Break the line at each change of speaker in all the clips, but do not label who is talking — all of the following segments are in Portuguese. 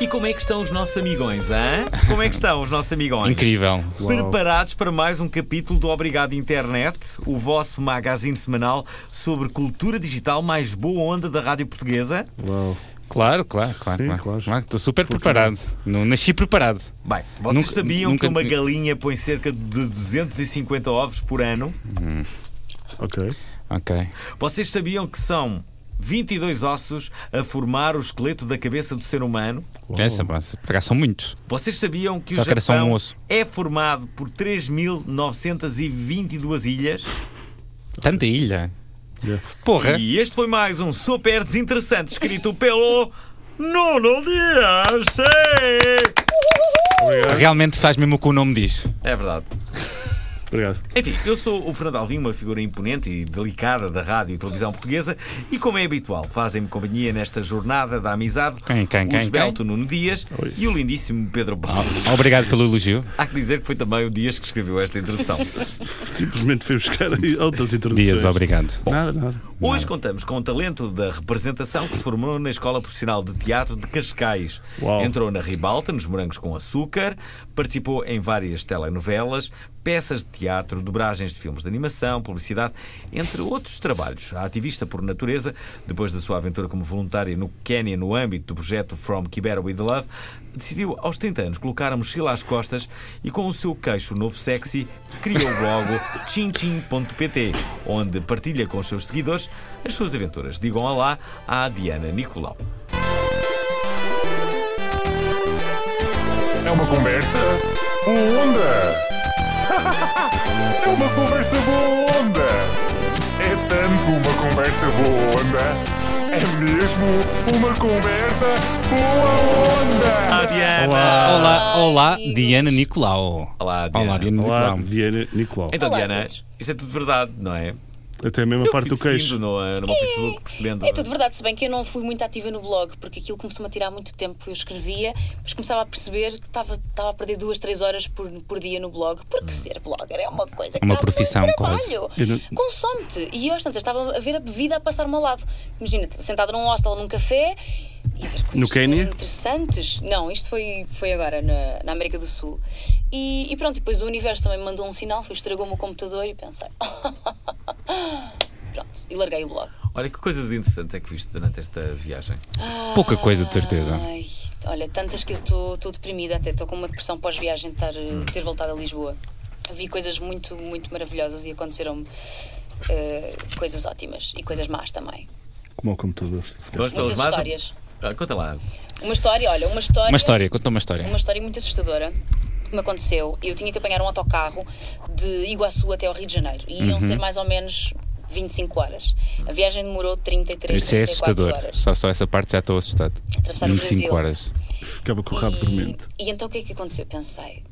E como é que estão os nossos amigões, hã? Como é que estão os nossos amigões?
Incrível.
Preparados para mais um capítulo do Obrigado Internet, o vosso magazine semanal sobre cultura digital mais boa onda da rádio portuguesa?
Uau.
Claro, claro, claro.
Sim,
claro.
claro.
Claro, Estou super preparado. Não, nasci preparado.
Bem, vocês
Nunca-
sabiam
nunca-
que uma galinha põe cerca de 250 ovos por ano?
Ok.
Ok.
Vocês sabiam que são 22 ossos a formar o esqueleto da cabeça do ser humano?
Pensa, mas por acaso são muitos.
Vocês sabiam que
Só
o
que era só um
Japão
osso.
é formado por 3.922 ilhas?
Tanta ilha.
Yeah.
Porra.
E este foi mais um super desinteressante escrito pelo Nuno Dias. Sim!
uh,
Realmente faz mesmo o que o nome diz.
É verdade.
Obrigado.
Enfim, eu sou o Fernando Alvim, uma figura imponente e delicada da rádio e televisão portuguesa, e como é habitual, fazem-me companhia nesta jornada da amizade
Quem, quem,
o
quem,
esbelto Nuno Dias
Oi.
e o lindíssimo Pedro Paulo.
Obrigado pelo elogio.
Há que dizer que foi também o Dias que escreveu esta introdução.
Simplesmente fui buscar aí altas introduções.
Dias, obrigado.
Nada, nada.
Hoje contamos com o talento da representação que se formou na Escola Profissional de Teatro de Cascais.
Uau.
Entrou na Ribalta, nos Morangos com Açúcar, participou em várias telenovelas, peças de teatro, dobragens de filmes de animação, publicidade, entre outros trabalhos. A ativista por natureza, depois da sua aventura como voluntária no Quénia no âmbito do projeto From Kibera with Love, decidiu aos 30 anos colocar a mochila às costas e com o seu queixo novo sexy criou o blog chinchin.pt, onde partilha com os seus seguidores as suas aventuras. Digam olá à Diana Nicolau.
É uma conversa boa onda. É uma conversa boa onda. É tanto uma conversa boa onda. É mesmo uma conversa boa
Olá,
onda.
Diana!
Olá, olá, Diana Nicolau.
Olá, Diana.
Olá, Diana
Olá,
Nicolau.
Diana Nicolau.
Então,
Olá,
Diana,
todos.
isto é tudo verdade, não é?
Até mesmo a
Eu
parte
fui
do queixo.
seguindo no, no meu Facebook, percebendo.
É tudo verdade, se bem que eu não fui muito ativa no blog, porque aquilo começou-me a tirar muito tempo. Eu escrevia, mas começava a perceber que estava, estava a perder duas, três horas por, por dia no blog, porque ser blogger é uma coisa que
Uma
dá
profissão,
muito
quase.
trabalho.
Eu não-
Consome-te. E eu, às tantas, estava a ver a vida a passar-me ao lado. Imagina, sentada num hostel, num café. E a ver coisas
No Quénia?
super Interessantes. Não, isto foi, foi agora na, na América do Sul. E, e pronto, depois o universo também me mandou um sinal, foi, estragou-me o computador e pensei. pronto, e larguei o blog.
Olha que coisas interessantes é que viste durante esta viagem.
Pouca coisa, de certeza.
Ai, olha, tantas que eu estou deprimida até, estou com uma depressão pós-viagem de estar,
Hum.
eh, ter voltado a Lisboa. Vi coisas muito, muito maravilhosas e aconteceram-me eh, coisas ótimas e coisas más também.
Como ao computador.
Vamos
Muitas
más-
histórias.
Ah, conta lá.
Uma história, olha, uma história.
Uma história, conta uma história.
Uma história muito assustadora que me aconteceu. Eu tinha que apanhar um autocarro de Iguaçu até ao Rio de Janeiro e
Uhum.
iam ser mais ou menos 25 horas. A viagem demorou 33,
Isso é
34
assustador.
horas.
Só, só essa parte já estou assustado.
Atravessar o
25
Brasil.
horas.
Ficava com o rabo dormente.
E então o que é que aconteceu? Pensei,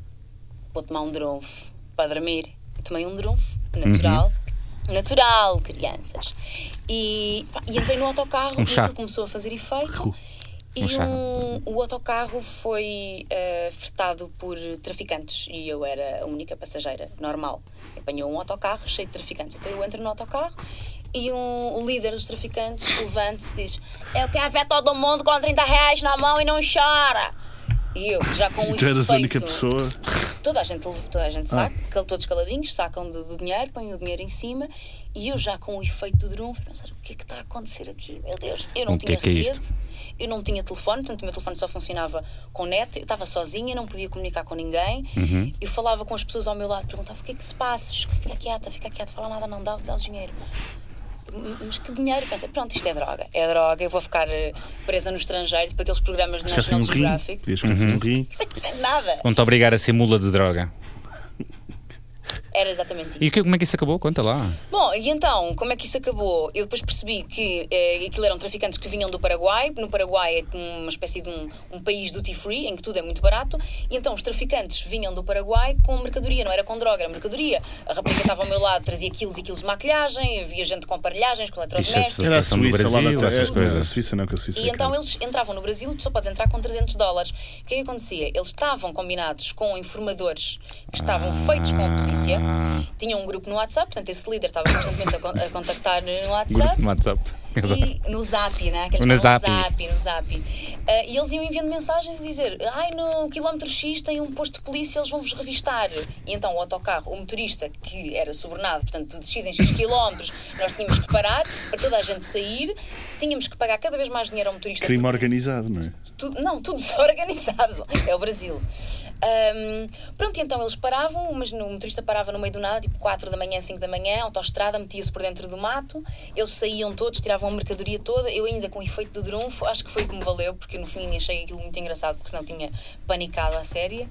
vou tomar um dronfo para dormir. Eu tomei um dronfo, natural.
Uhum.
Natural, crianças. E, pá, e entrei no autocarro
Um
e
chá.
aquilo começou a fazer efeito. E
Um chá.
um- o autocarro foi eh, fretado por traficantes e eu era a única passageira normal. Apanhou um autocarro cheio de traficantes. Então eu entro no autocarro e um, o líder dos traficantes levanta-se e diz: Eu quero ver todo mundo com 30 reais na mão e não chora. E eu, já com um
Tu eras a única
efeito-
pessoa.
Toda a gente, toda a gente saca, cal- todos caladinhos, sacam do, do dinheiro, põem o dinheiro em cima e eu já com o efeito do drunfo, pensar o que é que está a acontecer aqui? Meu Deus, eu não
O que
tinha
é que é
rede,
isto?
eu não tinha telefone, portanto o meu telefone só funcionava com net, eu estava sozinha, não podia comunicar com ninguém, eu falava com as pessoas ao meu lado, perguntava o que é que se passa, Diz, fica quieta, fica quieta, fala nada, não dá, dá o dinheiro. Mas que dinheiro? Pensei, pronto, isto é droga. É droga, eu vou ficar eh, presa no estrangeiro, tipo aqueles programas de
Esquecem
National
um rim.
Geographic.
Uhum.
Podias esquecer um rim.
Sem, sem nada.
Vão-te obrigar a ser mula de droga.
Era exatamente isso.
E que- como é que isso acabou? Conta lá.
Bom, e então, como é que isso acabou? Eu depois percebi que eh, aquilo eram traficantes que vinham do Paraguai. No Paraguai é uma espécie de um, um país duty free, em que tudo é muito barato. E então os traficantes vinham do Paraguai com mercadoria, não era com droga, era mercadoria. A rapariga que estava ao meu lado, trazia quilos e quilos de maquilhagem, havia gente com aparelhagens, com eletrodomésticos.
Era a
Associação do
Suíça lá na
Brasil,
terra.
essas
é,
coisas.
não, A Suíça não, que a Suíça.
E
é
então
cara.
eles entravam no Brasil, tu só podes entrar com 300 dólares. O que é que acontecia? Eles estavam combinados com informadores que estavam feitos com a polícia, tinham um grupo no WhatsApp, portanto esse líder estava constantemente a, con- a contactar no
Grupo
WhatsApp.
no WhatsApp.
E no Zap, né? Aqueles
No
que falam
Zap.
Zap, no Zap. Ah, e eles iam enviando mensagens a dizer: ai, no quilómetro X tem um posto de polícia, eles vão vos revistar. E então o autocarro, o motorista, que era sobrenado, portanto, de X em X quilómetros, nós tínhamos que parar para toda a gente sair, tínhamos que pagar cada vez mais dinheiro ao motorista.
Crime organizado, não é?
Tudo- não, tudo desorganizado. É o Brasil. Ahm, pronto, e então eles paravam, mas no- o motorista parava no meio do nada, tipo 4 da manhã, 5 da manhã, autoestrada, metia-se por dentro do mato, eles saíam todos, tiravam a mercadoria toda, eu ainda com efeito de drunfo, acho que foi o que me valeu, porque no fim achei aquilo muito engraçado, porque senão tinha panicado à séria.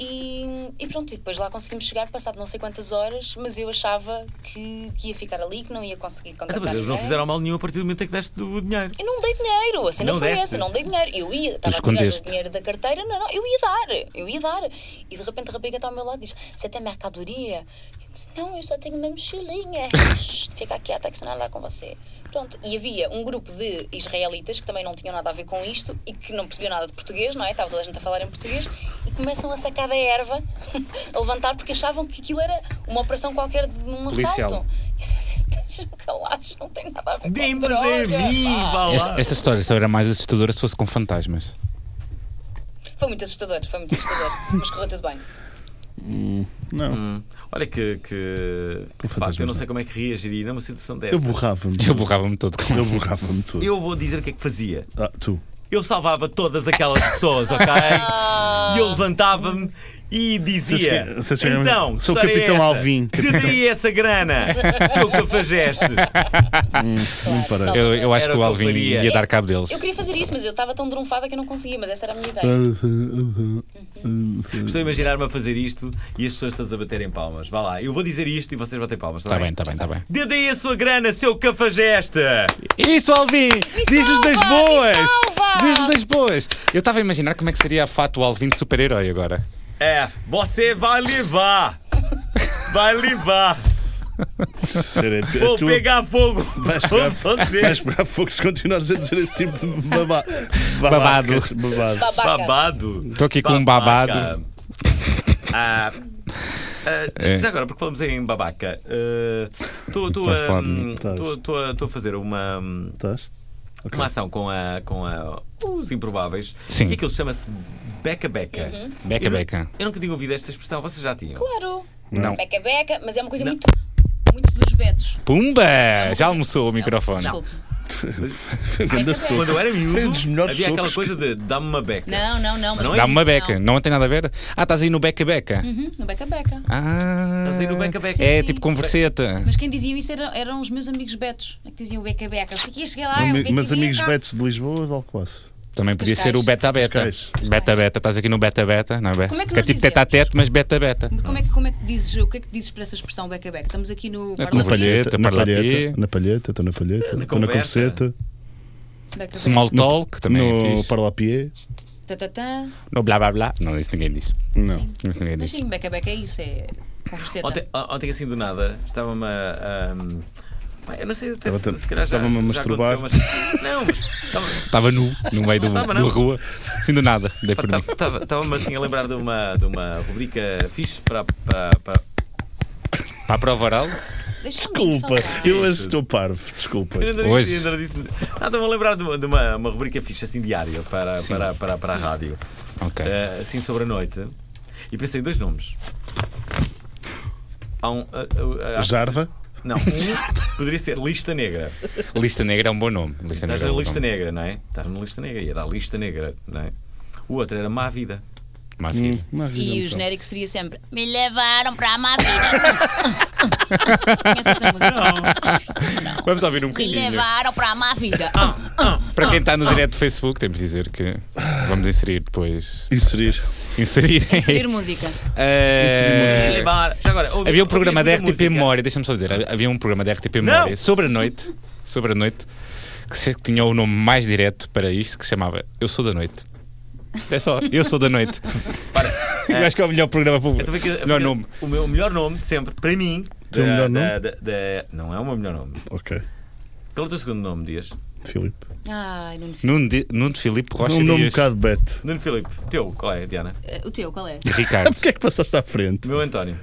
E, e pronto, e depois lá conseguimos chegar, passado não sei quantas horas, mas eu achava que, que ia ficar ali, que não ia conseguir
Então,
contactar
mas eles não
ninguém.
fizeram mal nenhum a partir do momento em que deste o dinheiro.
Eu não dei dinheiro, a cena
Não
foi
deste?
essa, não dei dinheiro. Eu ia, estava a tirar o
escondeste.
dinheiro da carteira, não, não, eu ia dar, eu ia dar. E de repente a rapariga está ao meu lado e diz: Você tem mercadoria? Eu disse: Não, eu só tenho uma mochilinha. Shhh, Fica quieta que senão lá com você. Pronto, e havia um grupo de israelitas que também não tinham nada a ver com isto e que não percebiam nada de português, não é? Estava toda a gente a falar em português e começam a sacar da erva, a levantar, porque achavam que aquilo era uma operação qualquer de um
Policial.
assalto. E eu disse, Estamos calados, não tem nada a ver com
Dê-me
droga,
a mim, vá
pá."
é lá.
Esta, esta história só era mais assustadora se fosse com fantasmas.
Foi muito assustador, foi muito assustador, mas correu tudo bem.
Hum.
Não.
Olha que, que, que de facto,
fantasma,
eu não sei
não.
como é que reagiria numa situação dessa.
Eu borrava-me.
Eu borrava-me todo.
Eu borrava-me todo.
Eu vou dizer o que é que fazia.
Ah, tu.
Eu salvava todas aquelas pessoas, ok?
Ah,
E eu levantava-me e dizia:
Vocês que- vocês que-
Então,
sou o
história é
Capitão
essa?
Alvin.
Te dei essa grana, seu cafajeste.
Claro,
parece.
salva.
Eu, eu acho
Era
que
o
o
que eu
Alvin
faria.
ia dar cabo deles.
Eu queria fazer isso, mas eu estava tão drunfada que eu não conseguia, mas essa era a minha ideia.
Ah.
Estou a imaginar-me a fazer isto e as pessoas todas a baterem palmas. Vá lá, eu vou dizer isto e vocês batem palmas.
Tá
Está
Está Tá bem, está bem, está bem.
Te dei a sua grana, seu cafajeste.
Isso, Alvin! Diz-lhe das
salva,
boas!
me salva!
Diz-lhe das boas! Eu estava a imaginar como é que seria a fato o Alvin de super-herói agora.
É, você vai levar. Vai levar.
Ser a- a
Vou
tua-
pegar fogo
Vais
com
pegar-
você.
Mas para fogo se continuares a dizer esse tipo de babá-
Babado.
babacas, Babado.
Babaca.
Babado.
Tô aqui com um babado.
Babaca. Ah, ah,
É.
Já agora, porque falamos em babaca, Ah, estou
Estás a falar de
hum,
mim.
a fazer uma, hum,
Estás?
uma ação com, a, com a- os improváveis
Sim.
e aquilo chama-se Beca Beca.
Beca,
Eu,
beca.
eu nunca tinha ouvido esta expressão, vocês já tinham.
Claro.
Não.
Beca, beca, mas é uma coisa muito, muito dos betos.
Pumba! Já almoçou o microfone.
Desculpe.
Anda
beca.
Quando eu era
Foi
miúdo,
um dos melhores
havia aquela
socos
coisa de dá-me uma beca.
Não, não, não. Mas
Não é
Dá-me uma
isso,
beca. Não tem nada a ver? Ah, estás aí no beca-beca.
Uhum, no beca, beca.
Ah,
Estás aí no beca-beca.
É
Sim,
tipo
sim.
converseta.
Mas quem dizia isso eram, eram os meus amigos betos. É que diziam beca, beca. Eu fiquei, cheguei lá, é
Ami-
beca,
Mas amigos
beca.
betos de Lisboa ou de Alcoace?
Também podia
Cascais.
ser o beta-beta.
Cascais.
Beta-beta, estás aqui no beta-beta, não é?
Como é que
é
nós
tipo tete a tete, mas beta-beta.
Como é, que, como é que dizes, o que é que dizes para essa expressão beca, beca? Estamos aqui no
É
Parlapim.
como palheta,
na
parlapi.
palheta, na palheta, estou na palheta, estou na
conversa.
converseta,
Beca, beca.
Small talk, também é
no
fixe.
parlapié.
Tatatã.
No blá blá blá. Não, isso ninguém diz.
Não.
Isso ninguém
Mas
diz.
sim, beca, beca é isso, é converseta.
Ontem, ontem, assim do nada, estava-me a. a- pá, eu não sei até se,
Estava-te-
se calhar já,
estava-me a
já
masturbar.
aconteceu, mas. Não, mas estava-
Estava nu, no meio do,
Não tava,
da
não.
rua, assim do nada. Dei por mim.
Estava-me assim a lembrar de uma, de uma rubrica fixe para. para, para...
Para a prova oral?
Deixa-me
Desculpa,
falar.
eu hoje estou parvo, desculpa.
Eu ainda disse-
Hoje.
ainda disse- Ah, Estava-me a lembrar de, uma, de uma, uma rubrica fixe assim diária para,
Sim.
para, para, para a rádio.
Ok.
Eh, assim sobre a noite. E pensei em dois nomes. Há um. ah, ah, ah,
Jarva?
Não, um poderia ser Lista Negra.
Lista negra é um bom nome. Lista
Estás
negra.
na
é um bom
lista
nome.
negra, não é? Estás na lista negra, ia dar lista negra, não é? O outro era má vida.
Má vida.
Mas
E
não
o
tá.
genérico seria sempre Me levaram para a má vida Conhece essa música?
Vamos ouvir um
Me
bocadinho.
levaram para a má vida
Para quem está no direto do Facebook, temos de dizer que vamos inserir depois
Inserir.
Inserir.
Inserir música.
Eh,
Já agora, ouvi-
Havia um programa da
ouvias muita
RTP
música?
Memória, deixa-me só dizer, havia um programa da RTP
Não!
Memória sobre a noite, sobre a noite, que se- que tinha o nome mais direto para isto, que se chamava Eu Sou da Noite. É só, Eu Sou da Noite. Eu acho que é o melhor programa
Eu
público.
também queria-
Melhor nome.
O meu melhor nome de sempre, para mim.
Teu
da-
melhor nome?
da- da- da- não é o meu melhor nome.
Ok.
Qual é o teu segundo nome, Dias?
Filipe.
Ai, Nuno.
Nuno, Di- Nuno Filipe Rocha
um nome um
Dias.
bocado Beto.
Nuno Filipe. Teu, qual é, Diana?
Eh, O teu, qual é?
Ricardo.
Porquê é que passaste à frente?
O meu António.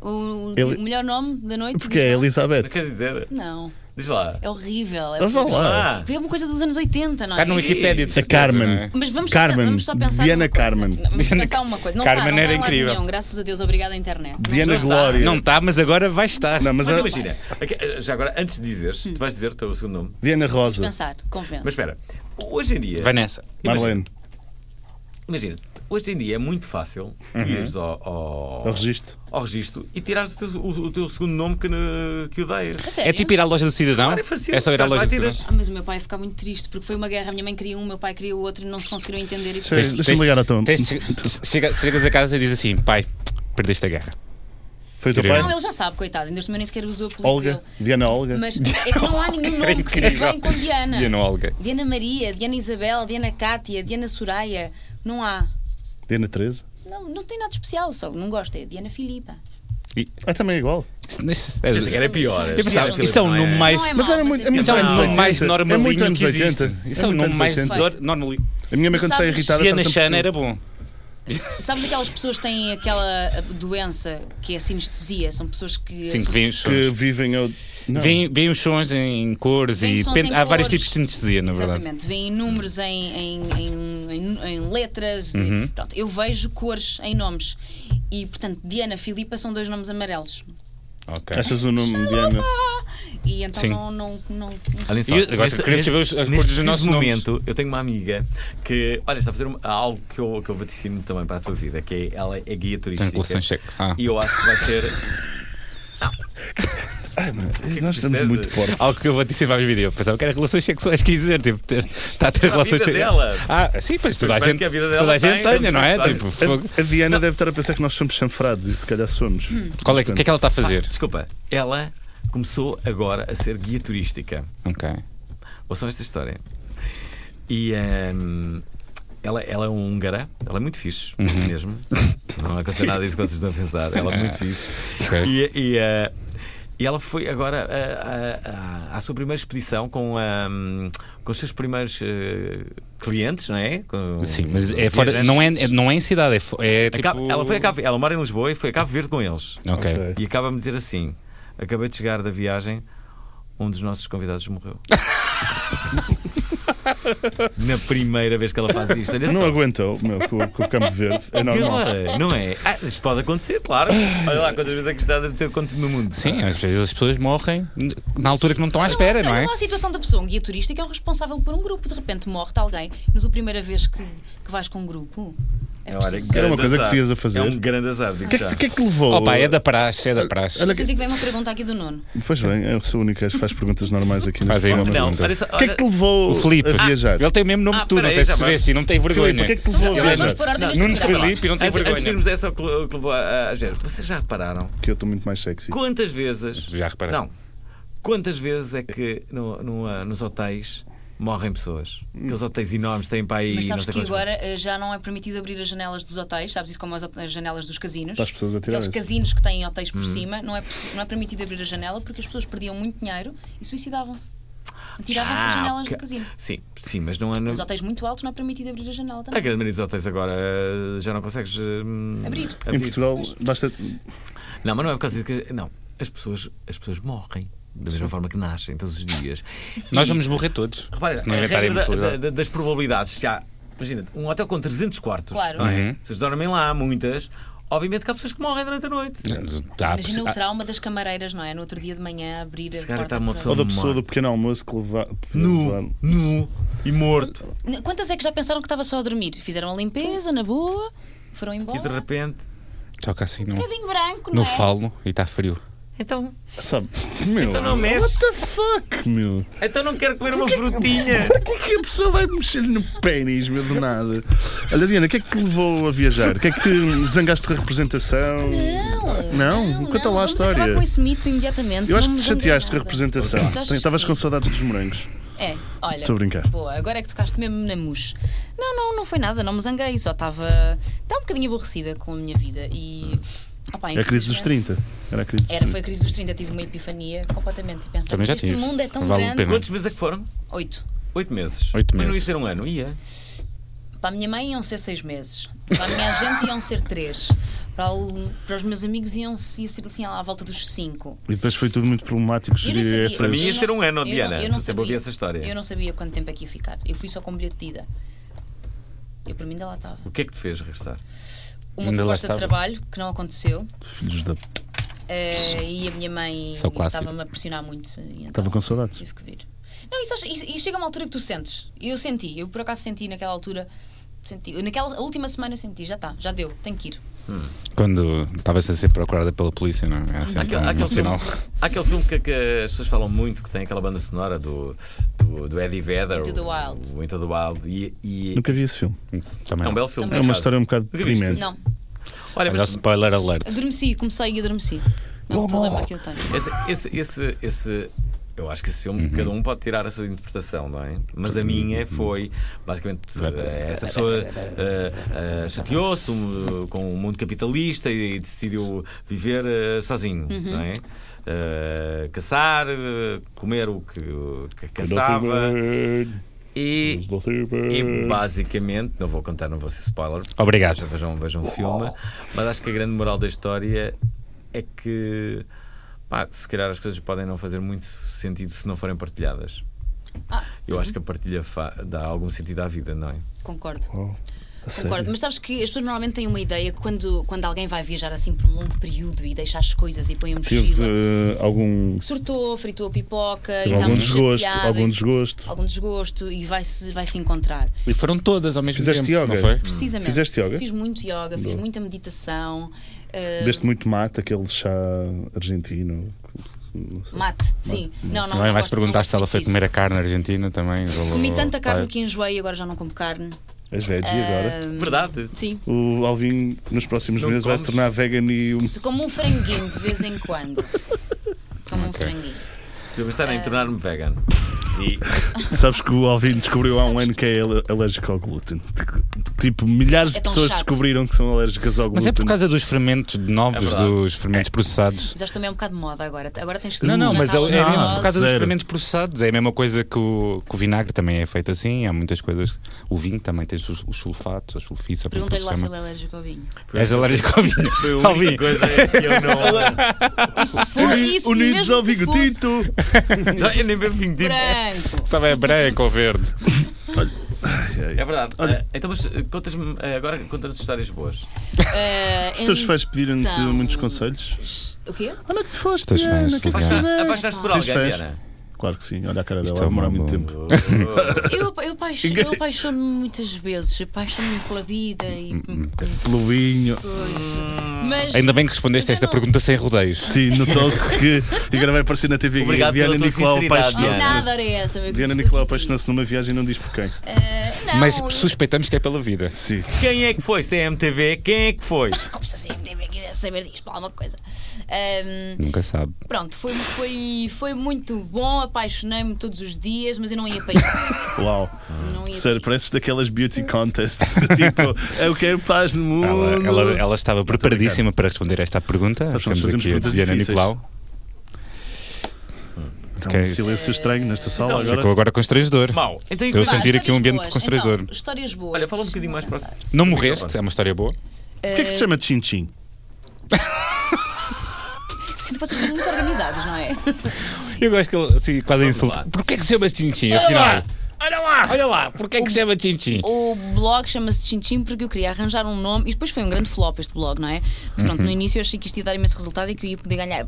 O, o
Ele-
melhor nome da noite?
Porque é
Não
Elizabeth.
queres dizer?
Não,
Diz lá. Ah,
é horrível. É
Mas
Ah.
vá
horrível.
lá.
Porque é uma coisa dos anos 80, não é?
Está no Tá Wikipédia de
A
certeza,
Carmen.
não é?
Mas vamos,
Carmen.
vamos só pensar
Diana
numa coisa.
Carmen.
Vamos
Diana-
pensar uma coisa. Não
Carmen
tá, não
era
tá em lado
incrível.
Nenhum, graças a Deus, obrigada à internet.
Diana
está.
Glória.
Não está, mas agora vai estar.
Não, mas,
Mas
a-
imagina, aqui- já agora, antes de dizeres, tu vais dizer o teu segundo nome.
Diana Rosa.
Vamos pensar, convence.
Mas espera, hoje em dia.
Vai nessa.
Imagina,
Marlene.
imagina, hoje em dia é muito fácil
Uhum.
tu ires ao, ao,
Ao é registro.
ao registro e tirares o teu, o- o teu segundo nome que, ne- que odeias.
A sério?
É tipo ir à loja do cidadão.
Claro, é fácil.
só ir à é?
Chegas lá
loja
e
do
tiras.
cidadão.
Ah, mas o meu pai ia ficar muito triste porque foi uma guerra. A minha mãe queria um, o meu pai queria o outro e não se conseguiram entender. E
Sim. Deixa-me ligar à tua-
tens- chega- Chegas a casa e diz assim: pai, perdeste a guerra.
Foi o teu
Querida.
Não,
pai?
ele já sabe, coitado. Ainda este meu nem sequer usou o apelido
Olga.
dele.
Diana Olga.
Mas é que não há nenhum nome que fique bem com Diana.
Diana Olga.
Diana Maria, Diana Isabel, Diana Cátia, Diana Soraya. Não há.
Diana 13.
Não, não tem nada de especial, só não gosto. É Diana Filipa.
Ah, também é igual.
Pensei que era pior.
Eu pensava,
Diana
isso é um
Filipe, não
nome
é?
mais.
Não é
Mas
mau,
era muito-
é
mas
Isso é um
era
mau.
nome
nome mais
80. É muito
normalinho
anos
que
80.
existe. Isso é um
muito
nome
anos
mais
80.
dor-
Tá,
normalinho.
A minha mãe quando está
Sabes,
irritada.
Diana
aperta-me
Chan
por
era bom.
Sabes aquelas pessoas que têm aquela eh, doença que é sinestesia? São pessoas que.
Sim, que vêm os
Que
sons.
vivem ao. Não.
Vêm vêm os sons em cores
Vêm
e
sons
depende-
em
há vários
cores.
tipos de sinestesia, na verdade.
Exatamente, vêm números em, em, em- em- em letras. e-
Uhum.
pronto, eu vejo cores em nomes. E, portanto, Diana e Filipa são dois nomes amarelos.
Ok.
Achas o nome Diana?
E então
Sim.
não, não, não, não-
Olhem só,
E agora queremos saber os- as cores
neste
dos nossos
preciso
nomes.
momento, eu tenho uma amiga que, olha, está a fazer uma- algo que eu, que eu vaticino também para a tua vida, que é, ela é guia turística.
relações sexo. Ah.
E eu acho que vai ser. é
Nós estamos
disseste?
muito porcos.
Algo que eu vou dizer para a vídeo. Eu pensava que era relações sexuais, quis dizer, tipo, ter, está a ter relações
vida dela.
Ah, sim, pois toda a
espero
gente,
que a vida dela
toda a gente
tenha,
tenha, não é?
sabe?
Tipo, fogo.
A, a Diana deve estar a pensar que nós somos chanfrados e se calhar somos.
Qual é, que- o que é que ela está a fazer?
Desculpa, ela começou agora a ser guia turística.
Ok.
Ouçam esta história. E hum, ela, ela é um húngara, ela é muito fixe,
Uhum.
mesmo. Não acontece nada disso que vocês estão a pensar. Ela é muito fixe.
Ok.
E, e, eh, e ela foi agora eh, à- à à sua primeira expedição com, ah, hum, com os seus primeiros eh, clientes, não é? Com-
Sim, mas é fora,
viajantes.
não é, é- não é em cidade, é, fo- é
A
tipo...
Cabo- Ela foi a Cabo, ela mora em Lisboa e foi a Cabo Verde com eles.
Ok.
Ok.
E acaba-me de dizer assim: acabei de chegar da viagem, um dos nossos convidados morreu. Na primeira vez que ela faz isto, olha
Não
só.
aguentou, meu, com, com o Campo Verde. É
E
normal.
agora? Não é? Ah, isto pode acontecer, claro. Olha lá quantas vezes é que isto já deve ter acontecido no mundo.
Sim, às vezes as pessoas morrem na altura que não estão à espera, não
Sei
é?
lá a situação da pessoa. Um guia turístico é o responsável por um grupo. De repente morre-te alguém. Mas a primeira vez que, que vais com um grupo. É
Olha,
preciso.
grande
Era uma coisa que
azar.
devias a fazer.
É um grande azar, digo
O que, é
já.
que, o que é que levou?
Opa, é da praxe, é da praxe.
Olha
Eu senti que vem uma pergunta aqui do Nuno.
Pois bem, eu sou o único que faz perguntas normais aqui
Faz aí
neste
uma
programa.
Não,
pergunta.
olha só.
O que é que te levou
O Filipe,
a viajar?
ele tem o mesmo nome
Ah,
que tu, não
peraí,
sei se
já vamos.
percebeste, e não tem
Filipe,
vergonha.
o que é que te levou a
Vamos, Então, vamos
viajar?
pôr ordem neste
Nuno
programa.
Filipe, e não tem
Antes, antes de
vergonha.
irmos a essa que que levou a, a, a Gera, vocês já repararam
Que eu estou muito mais sexy.
quantas vezes.
Tipo, Já reparei.
Não. Quantas vezes é que no- no, ah, nos hotéis morrem pessoas? Aqueles hotéis enormes têm para aí.
Mas sabes
não sei
que
quantos-
agora eh, já não é permitido abrir as janelas dos hotéis, sabes isso como as, as janelas dos casinos?
Para as pessoas a tirar
Aqueles
isso.
casinos que têm hotéis
Hum.
por cima, não é, possi- não é permitido abrir a janela porque as pessoas perdiam muito dinheiro e suicidavam-se. Tiravam-se das
Ah,
janelas
ok.
do casino.
Sim, sim, mas não é.
Nos
Não...
hotéis muito altos não é permitido abrir a janela
A
também.
grande maioria dos hotéis agora ah, já não consegues. hum,
Abrir.
Em Portugal, basta.
Não, mas não é por causa de que. Não, as pessoas, as pessoas morrem da mesma forma que nascem todos os dias.
Nós vamos morrer todos.
Repara,
se não é
a
inventarem
regra da-
imortalidade.
da- das probabilidades. Se há, imagina, um hotel com 300 quartos.
Claro.
não
Uhum.
é? Se eles dormem lá, muitas. Obviamente que há pessoas que morrem durante a noite.
Dá
Ah,
a
Imagina
possi-
o trauma das camareiras, não é? No outro dia de manhã abrir a
Se calhar
porta.
está tá uma
para-
pessoa
Ou da pessoa do
morta.
pequeno almoço que leva.
nu, nu e morto.
Quantas é que já pensaram que estava só a dormir? Fizeram a limpeza, na boa, foram embora.
E de repente.
Toca assim, não.
Um bocadinho branco,
No
não é?
falo e está frio.
Então,
Sabe? Meu,
Então não mexe.
What the fuck, meu?
então não quero comer uma frutinha.
Para que é que a pessoa vai mexer no pênis, meu, do nada? Olha, Diana, o que é que te levou a viajar? O que é que te zangaste com a representação?
Não,
Não? Conta lá a
vamos
história.
acabar com esse mito imediatamente.
Eu acho
Não
que te
me zanguei
chateaste com a
nada.
representação.
Tu achas que
Estavas
sim?
com saudades dos morangos.
É, olha.
Estou a brincar.
Boa, agora é que tocaste mesmo na mus. Não, não, não foi nada, não me zanguei, só estava. Estava um bocadinho aborrecida com a minha vida e. opá,
É a crise dos
infelizmente,
30. Era a crise dos
Era,
30.
foi a crise dos 30, tive uma epifania completamente. E pensei,
Também já
este
tive.
mundo é tão
Vale a
grande.
pena.
Quantos meses é que foram?
Oito.
Oito meses.
Oito
Mas não ia
meses.
ser um ano, ia.
Para a minha mãe iam ser seis meses. Para a minha gente iam ser três. Para, o- para os meus amigos iam se- ia ser assim à volta dos cinco.
E depois foi tudo muito problemático.
Eu nem
gerir
sabia.
essas-
Para mim ia
Eu não
ser um
sei-
ano,
eu não-
Diana.
eu não
Sempre ouvi
sabia.
essa história.
Eu não sabia quanto tempo é que ia ficar. Eu fui só com bilhete de ida. Eu para mim ainda lá estava.
O que é que te fez regressar?
Uma
Ainda lá
proposta
estava.
de trabalho que não aconteceu
Filhos da...
eh, e a minha mãe
Isso é o clássico.
estava-me a pressionar muito. e então
Estava com saudades.
Tive que vir. Não, isso, acho- isso- e chega uma altura que tu sentes. Eu senti, eu por acaso senti naquela altura. Senti, naquela a última semana eu senti, já está, já deu, tenho que ir.
Quando estavas a ser procurada pela polícia, não é? É sempre
Aquele,
um
aquele
sinal.
filme, aquele filme que, que as pessoas falam muito, que tem aquela banda sonora do, do, do Eddie Vedder.
Into the
o-
Wild.
O Into the Wild. E, e
Nunca vi esse filme.
Hum, Também
é um
não.
belo filme.
Também
por
não. É uma
acaso.
história um bocado
Nunca viste?
deprimente.
Não,
Olha,
Olha,
mas
spoiler alert.
adormeci, comecei e adormeci. É
Oh,
um problema que eu tenho.
esse, esse, esse, esse- eu acho que esse filme cada um pode tirar a sua interpretação, não é? Mas a minha foi basicamente eh, essa pessoa eh, eh, chateou-se do- com o mundo capitalista e decidiu viver eh, sozinho, não é? Eh, caçar, eh, comer o que, o que caçava e, e basicamente, não vou contar, não vou ser spoiler,
Hum. Obrigado.
já vejam, vejam o filme, mas acho que a grande moral da história é que pá, se calhar as coisas podem não fazer muito sentido se não forem partilhadas.
Ah.
Eu acho que a partilha fa- dá algum sentido à vida, não é?
Concordo.
A sério?
Concordo, mas sabes que as pessoas normalmente têm uma ideia que quando, quando alguém vai viajar assim por um longo período e deixa as coisas e põe a mochila,
Tive eh, algum,
surtou, fritou a pipoca e
tive
está
algum
muito
desgosto.
chateada,
Algum
e-
desgosto.
algum desgosto e vai se, vai -se encontrar.
E foram todas ao mesmo
Fizeste
tempo,
yoga?
não foi?
Precisamente.
Fizeste yoga?
Fiz muito yoga, fiz
Boa.
muita meditação. eh,
Deste muito mate, aquele chá argentino. Não sei.
Mate, sim. Não, não,
Também
não
é? vais
gosto-
perguntar
não
se ela
gosto
foi
disso.
comer a carne argentina também.
Comi tanta carne que enjoei e agora já não como carne.
És veggie agora.
Ah,
Verdade.
Sim.
O Alvin nos próximos
Não
meses vai se
comes?
tornar vegan e um.
Se como um franguinho de vez em quando. Como um
Ok.
franguinho.
Eu pensar em tornar-me vegan. E
Sabes que o Alvin descobriu há um ano que é ale- alérgico ao glúten. Tipo, milhares
É
de
tão
pessoas
chato.
descobriram que são alérgicas ao glúten.
Mas é por causa dos fermentos
É
novos,
verdade.
dos fermentos processados.
Mas acho que também é um bocado de moda agora. Agora tens que um
Não, não,
já
mas é,
está
é
a
mesmo
dose.
por causa dos
Zero.
fermentos processados. É a mesma coisa que o, que o vinagre também é feito assim. Há muitas coisas. O vinho também tem os, os sulfatos, as sulfites. a
Perguntei-lhe lá se ele
chama.
é alérgico ao vinho.
És alérgico ao vinho.
foi a
Ao
única
vinho.
coisa que eu não.
E se for isso,
Unidos
mesmo
ao
que
Vigo
fosse então-
Tinto!
Não, eu nem bebo vinho tinto.
Branco.
Sabe, é branco ou verde.
É verdade. Ah, então, mas eh, contas-me eh, agora conta-nos histórias boas.
Eh,
Os teus
em-
fãs pediram-te
Então.
muitos conselhos.
O quê?
é
Olha que te foste.
Teus
Ana,
fãs,
que te
Liliana.
fizeste?
Apaixonaste por
Pois
alguém,
fez.
Diana?
Claro que sim, olha a cara
Isto
dela,
é
vai demorar
uma
muito
boa.
tempo.
Eu, eu apaixo- eu apaixono-me muitas vezes. Apaixono-me pela vida
Hum,
e
Pelo vinho.
coisa.
Hum,
Mas
Ainda bem que respondeste
Mas eu
esta
não-
pergunta sem rodeios.
Sim, notou-se que. E agora vai aparecer na TV
Obrigado pela
Diana
tua
Nicolau
sinceridade,
Ah,
Diana.
apaixonou-se.
nada era essa. meu, que
Diana
estou
Nicolau
aqui.
apaixonou-se numa viagem e não diz por quem.
Eh, não,
Mas
eu-
suspeitamos que é pela vida.
Sim.
Quem é que foi? CMTV? Quem é que foi?
Como se a CMTV quiser saber disto, para alguma coisa. Ahm,
Hum.
Nunca sabe.
pronto, foi, foi, foi muito bom, apaixonei-me todos os dias, mas eu não ia para isso.
Uau.
Não ia
Sério,
para isso.
pareces daquelas beauty contests. tipo, eu quero paz no mundo.
Ela,
é
ela- ela estava preparadíssima para responder esta pergunta.
Nós
Temos
vamos fazer
aqui a
perguntas
Diana
difíceis.
Nicolau.
Então,
Ok.
um silêncio estranho nesta sala agora.
Ficou agora é constrangedor.
Mau. Então, e
Eu
coisas-
senti- sentir aqui um
histórias
ambiente
boas.
constrangedor.
Então, histórias boas.
Olha, fala um bocadinho mais
Vou
próximo.
pensar.
Não morreste, é uma história boa.
Eh,
O que é que se chama Chin-Chin?
Sinto que vocês estão muito organizados, não é?
Eu gosto que ele assim, quase insulta.
lá.
Porquê que se chama Tintin, afinal?
Olha lá!
Olha lá, porquê que se chama Tintin?
O blog chama-se Chinchim porque eu queria arranjar um nome e depois foi um grande flop este blog, não é? Mas pronto, no início eu achei que isto ia dar imenso resultado e que eu ia poder ganhar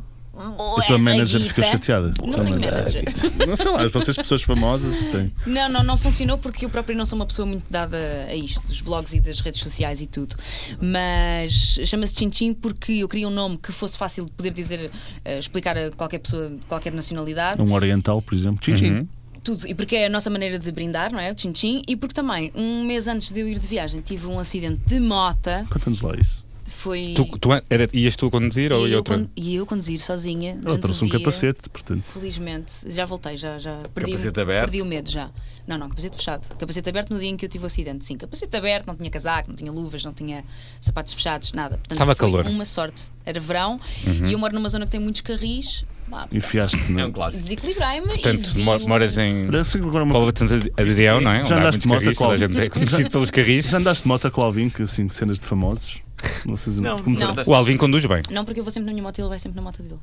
boa
A tua manager
da
ficou
guita.
chateada.
Não tenho
Também.
manager.
Não sei lá, vocês pessoas famosas têm.
Não, não, não funcionou porque eu próprio não sou uma pessoa muito dada a isto, dos blogs e das redes sociais e tudo. Mas chama-se Chinchim porque eu queria um nome que fosse fácil de poder dizer, eh, explicar a qualquer pessoa de qualquer nacionalidade.
Um oriental, por exemplo. Tchim, tchim.
Tudo. E porque é a nossa maneira de brindar, não é? O Chinchim. E porque também, um mês antes de eu ir de viagem, tive um acidente de mota.
Conta-nos lá isso.
Foi.
Tu, tu é, era, ias tu a conduzir ou
e,
ia
eu,
outra?
con- e eu conduzir sozinha.
Ela
durante
trouxe
o
um
dia.
capacete, portanto.
Felizmente, já voltei, já, já perdi,
Capacete aberto?
perdi o medo já. Não, não, capacete fechado. Capacete aberto no dia em que eu tive o acidente, sim. Capacete aberto, não tinha casaco, não tinha luvas, não tinha sapatos fechados, nada. Portanto,
Estava
foi
calor. Uhum.
Uma sorte. Era verão e eu moro numa zona que tem muitos carris. Pá,
Enfiaste-te.
É
na-
um clássico.
Desequilibrei-me.
Portanto,
e vi
mo-
o-
moras em
Parece agora uma
Paulo de Santo Adrião, não é? Onde há
andaste de
muitos carris,
moto,
toda a
Cláudio?
gente é conhecido pelos carris.
Já andaste de moto com o Alvin, que assim, cenas de famosos? Não sei se
Não,
como-
não.
O Alvin conduz bem.
Não, porque eu vou sempre na minha moto e ele vai sempre na moto dele.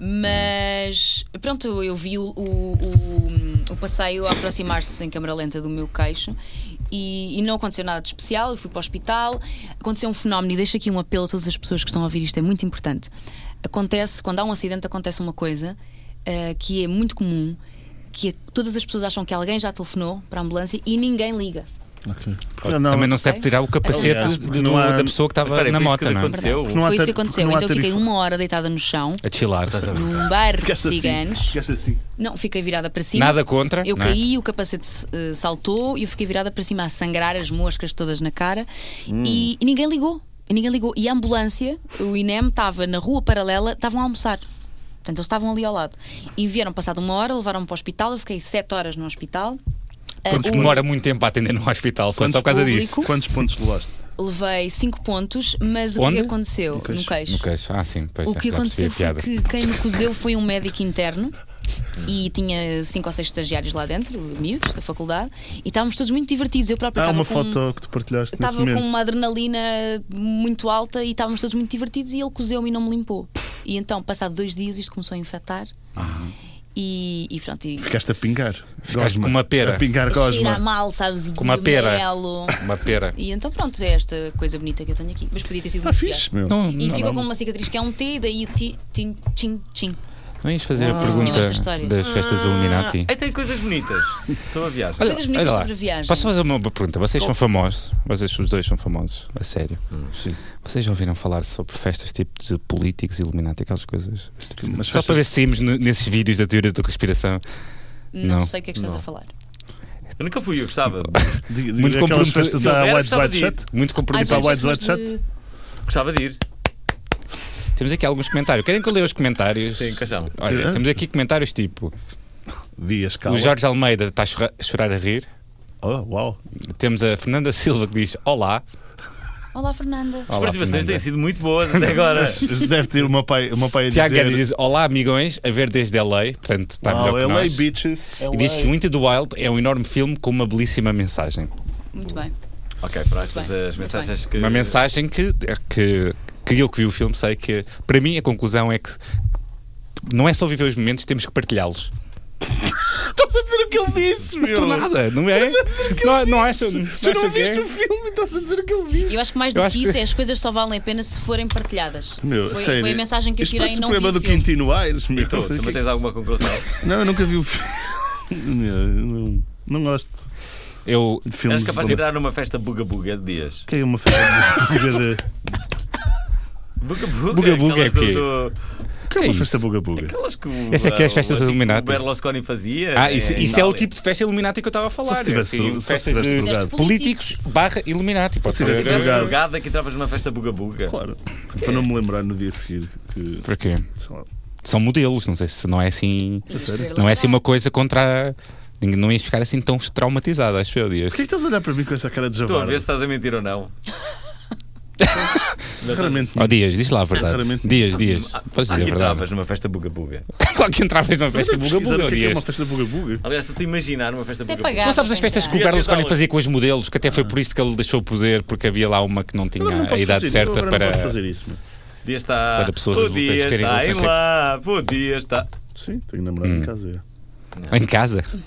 Mas pronto, eu vi o, o- o- o passeio a aproximar-se em câmara lenta do meu queixo e, e não aconteceu nada de especial. Eu fui para o hospital, aconteceu um fenómeno e deixo aqui um apelo a todas as pessoas que estão a ouvir isto, é muito importante. Acontece, quando há um acidente, acontece uma coisa eh, que é muito comum, que é- todas as pessoas acham que alguém já telefonou para a ambulância e ninguém liga.
Ok. Porque já
Também não, se deve tirar o capacete
Aliás,
de-
não
do-
há-
da pessoa que
Mas
estava
espera,
na
foi isso
moto,
que
não é?
aconteceu.
Não há
Foi isso que
tarifa-
aconteceu.
não há
Então eu fiquei
tarifa.
uma hora deitada no chão
A chilar.
num bairro de
Ficaste assim,
ciganos.
Ficaste assim.
Não, fiquei virada para cima.
Nada contra.
Eu
não é?
caí, o capacete eh, saltou e eu fiquei virada para cima a sangrar as moscas todas na cara
Hum.
e, e ninguém ligou. E ninguém ligou. E a ambulância, o INEM estava na rua paralela, estavam a almoçar. Portanto, eles estavam ali ao lado. E vieram passado uma hora, levaram-me para o hospital, eu fiquei sete horas no hospital. Ah,
Porque
o-
demora muito tempo a atender no hospital, só, só por causa
público?
disso.
Quantos pontos levaste?
Levei cinco pontos, mas o
Onde?
que que aconteceu?
No queixo.
No queixo.
No queixo. Ah, sim. Pois
O
é,
que
já percebi
aconteceu
a piada.
foi que quem me cozeu foi um médico interno e tinha cinco ou seis estagiários lá dentro, miúdos da faculdade, e estávamos todos muito divertidos. Eu própria
Há
estava
uma
com,
foto que tu partilhaste nesse
estava com
momento.
uma adrenalina muito alta e estávamos todos muito divertidos e ele cozeu-me e não me limpou. E então, passado dois dias, isto começou a infectar.
Ah.
E, e pronto, e
Ficaste a pingar.
Ficaste com uma pera.
A pingar
cheira a
gosma.
mal, sabes? E
Com uma pera.
amarelo.
Uma pera.
E então pronto, é esta coisa bonita que eu tenho aqui. Mas podia ter sido
Ah,
muito pior.
fixe, meu.
Não,
E
não,
ficou com uma cicatriz que é um T, daí o T, tin, tin, tin.
não ias fazer a
Ah.
pergunta
Tinham essa história.
das festas Illuminati.
Ah, tem coisas bonitas sobre a viagem.
Olha-
Coisas bonitas
olha lá.
sobre a viagem.
Posso fazer uma pergunta? Vocês são famosos? Vocês os dois são famosos, a sério.
Hum,
Vocês já ouviram falar sobre festas tipo de políticos, Illuminati, aquelas coisas?
Mas
Só
festas-
para ver se saímos no- nesses vídeos da teoria da conspiração.
Não,
Não.
sei o que é que estás a falar.
Eu nunca fui, eu gostava.
Muito
Diga- diga aquelas
comprometido.
festas
Se
à
houver,
White
gostava
White
de ir.
Shut.
Muito
Ai,
comprometido.
White-
mas
White
mas
Chat?
de-
Gostava de ir.
Temos aqui alguns comentários. Querem que eu leia os comentários?
Sim, caixão.
Olha,
Sim.
temos aqui comentários tipo:
Dias,
o
calma.
Jorge Almeida está a chora- a chorar a rir.
Oh, uau.
Temos a Fernanda Silva que diz: Olá.
Olá, Fernanda.
As
Olá,
participações
Fernanda.
têm sido muito boas até agora.
Deve ter o meu pai, o meu pai a
Tiago Guedes
dizer.
diz: Olá, amigões, a ver desde LA. Portanto, está
Uau, é
melhor que
LA
nós.
Beaches.
E diz que o Into the Wild é um enorme filme com uma belíssima mensagem.
Muito bem.
ok, para estas
Muito bem,
as
muito
mensagens que.
Uma mensagem que, que, que eu que vi o filme sei que, para mim, a conclusão é que não é só viver os momentos, temos que partilhá-los.
Estás a dizer o que ele disse, meu.
Não nada, não é?
Estás a dizer o que
Não,
ele
não
disse.
acham? Não
Tu não
acham que é?
viste o filme e estás a dizer o que ele disse.
Eu acho que mais
Eu
do
acho
que
que-
isso é as coisas só valem a pena se forem partilhadas.
Meu,
foi,
sério,
foi a mensagem que eu
isto
tirei
parece
e não
o
vi.
programa
o
do
filme.
Quintino Aires, meu.
E tu, Então, também tens alguma conclusão?
Não, eu nunca vi o filme. Meu, não, não gosto
Eu,
de filmes.
Eras capaz de entrar numa festa buga-buga de dias.
Que é uma festa é buga de...
Buga-buga?
Buga-buga é
aquelas do-
quê?
do-
Que é uma
isso?
festa buga buga.
Aquelas que o,
Essa é que é as
o
festas
antigo
Illuminati.
Berlusconi fazia.
ah, isso,
em
isso é o
Itália.
tipo de festa Illuminati que eu estava a falar.
Só se tivesse
é assim,
dro- só se
festas
tivesse
de
drogado.
políticos barra Illuminati. Pode
Se
Se
ser.
tivesse
estivesse
drogado.
drogada que entravas numa festa buga-buga.
Claro. Para não me lembrar no dia a seguir que.
Para quê?
Sei lá.
São modelos, não sei se não é assim.
Ias querer
Não é assim uma
lembrar.
coisa contra. a- Não ias ficar assim tão traumatizado, acho eu, Dias.
Porquê é que estás a olhar para mim com essa cara de
Estou a
javara?
ver se estás a mentir ou não. Não estás-
Raramente.
Ó Oh, Dias, diz lá a verdade.
É, Raramente.
Dias, Dias, podes
Ah,
dizer a
que entravas
é, verdade.
numa festa buga-buga.
Claro que entravas numa festa
Mas é
buga
pesquisar
buga,
o que é que é
Dias.
uma festa buga buga?
Aliás, estou-te a imaginar numa festa
Até
buga-buga.
pagar.
Não sabes as festas que o
Ia
Berlusconi
tentá-lo.
fazia com os modelos, que até foi por isso que ele deixou o poder, porque havia lá uma que não tinha
Agora não
a
posso
idade
fazer,
certa
agora Não posso
para.
fazer isso, meu.
Podia estar.
Para pessoas adultas
podia
terem
estar em
relações
lá, podia estar.
Sim, tenho namorado
Hum.
em casa. é.
Em casa. Tipo,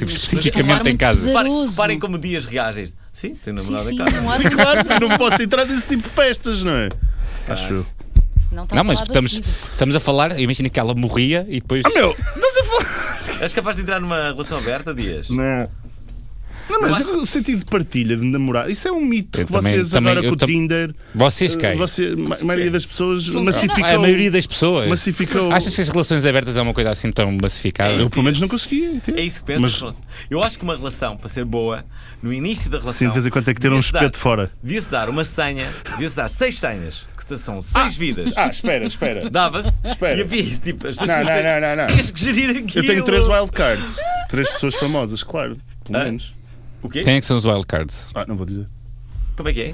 Claro,
Especificamente em
muito
casa.
pesado.
Reparem,
Caroso.
reparem como dias reagens. Sim, tenho
Sim,
namorado
sim,
em casa.
não há
Claro que eu não posso entrar nesse tipo de festas, não é? Acho eu.
senão está
Não, mas
a falar
estamos,
tá do Kid.
estamos a falar, imagina que ela morria e depois.
Ah, meu, estás a falar.
És capaz de entrar numa relação aberta, Dias?
Não. Não, Né? mas
acho-
o sentido de partilha de namorado, isso é um mito
Eu
que
também-
vocês
também-
agora
eu
com o
tam- é
Tinder.
Vocês quem?
eh,
Ah,
Você, ma- a maioria das pessoas massificam.
é a maioria das pessoas.
massificou-
Achas que as relações abertas é uma coisa assim tão massificada?
Eu pelo menos não conseguia. entende?
É isso que pensas?
Mas-
Afonso? Eu acho que uma relação, para ser boa, no início da relação.
Sim, de vez em quando tem que ter um
devia-se
espeto
dar-
fora.
Devia-se dar uma senha, devia-se dar seis senhas, que são seis vidas.
Ah, espera, espera.
Dava-se
Espera.
e havia tipo. As
Não,
pessoas
não,
diziam,
não, não, não.
Tens que gerir
Eu
aquilo.
tenho três wildcards. Três pessoas famosas, claro. Pelo
Ah.
menos.
O quê?
Quem é que são os wildcards?
Ah, não vou dizer.
Como é que é?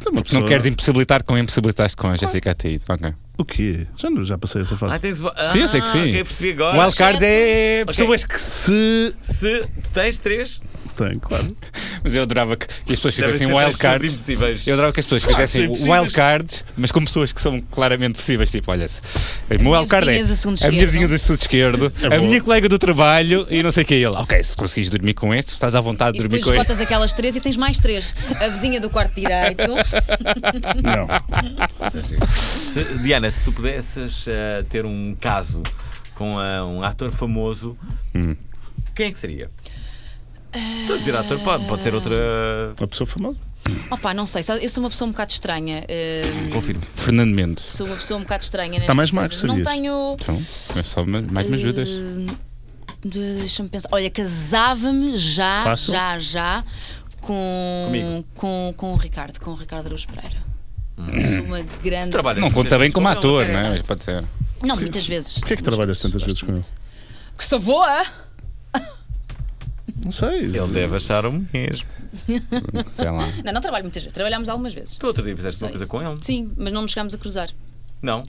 Então, Uma
Não
pessoa-
queres impossibilitar como impossibilitaste com a Jessica Ataíde. Ok.
O quê? Já, não- já passei essa
Ah,
fase.
tens. Ah,
Sim, eu sei que sim. Um
ok, percebi agora.
Wildcards é pessoas que se.
Se tu tens três,
Tem, claro.
Mas eu adorava que, que as pessoas
devem
fizessem
ser três pessoas
wildcards.
impossíveis.
assim um Eu adorava que as pessoas
Claro,
fizessem
são impossíveis.
wildcards, mas com pessoas que são claramente possíveis. Tipo, olha-se, o meu
minha
wildcard é
vizinha do segundo
a minha
esquerdo.
vizinha do estudo esquerdo,
É
a
boa.
minha colega do trabalho e não sei o que. Ele, ok, se conseguires dormir com este, estás à vontade
E
de dormir
depois
com este.
botas aquelas três e tens mais três. A vizinha do quarto direito.
Ah.
Não.
Ah, Se- Diana, se tu pudesses ah, ter um caso com ah, um ator famoso,
Hum.
quem é que seria? Estou a dizer ator, pode, pode ser outra.
Uma pessoa famosa.
Opa, não sei, só- eu sou uma pessoa um bocado estranha. hum,
Confirmo.
Fernando Mendes.
sou uma pessoa um bocado
Tá
estranha nestas
Está mais magro,
coisas. Não
sabias?
tenho.
Então, é só mais mais me ajudas.
Hum, de- Deixa-me pensar. Olha, casava-me já,
Fácil.
já, já com,
Comigo.
com, com o Ricardo, com o Ricardo Araújo Pereira.
Hum.
Sou uma grande.
Trabalhas
Não
muitas
conta bem
vezes
como
com ele,
ator,
é
não é?
verdade.
Mas Pode ser.
Não, muitas vezes.
Porquê é que trabalhas tantas vezes com ele?
Que sou boa!
Não sei.
Ele deve achar o mesmo.
Sei lá.
Não, não trabalho muitas vezes, trabalhámos algumas vezes.
Tu outro dia fizeste
Só
uma coisa
isso.
com ele?
Sim, mas não nos chegámos a cruzar.
Não.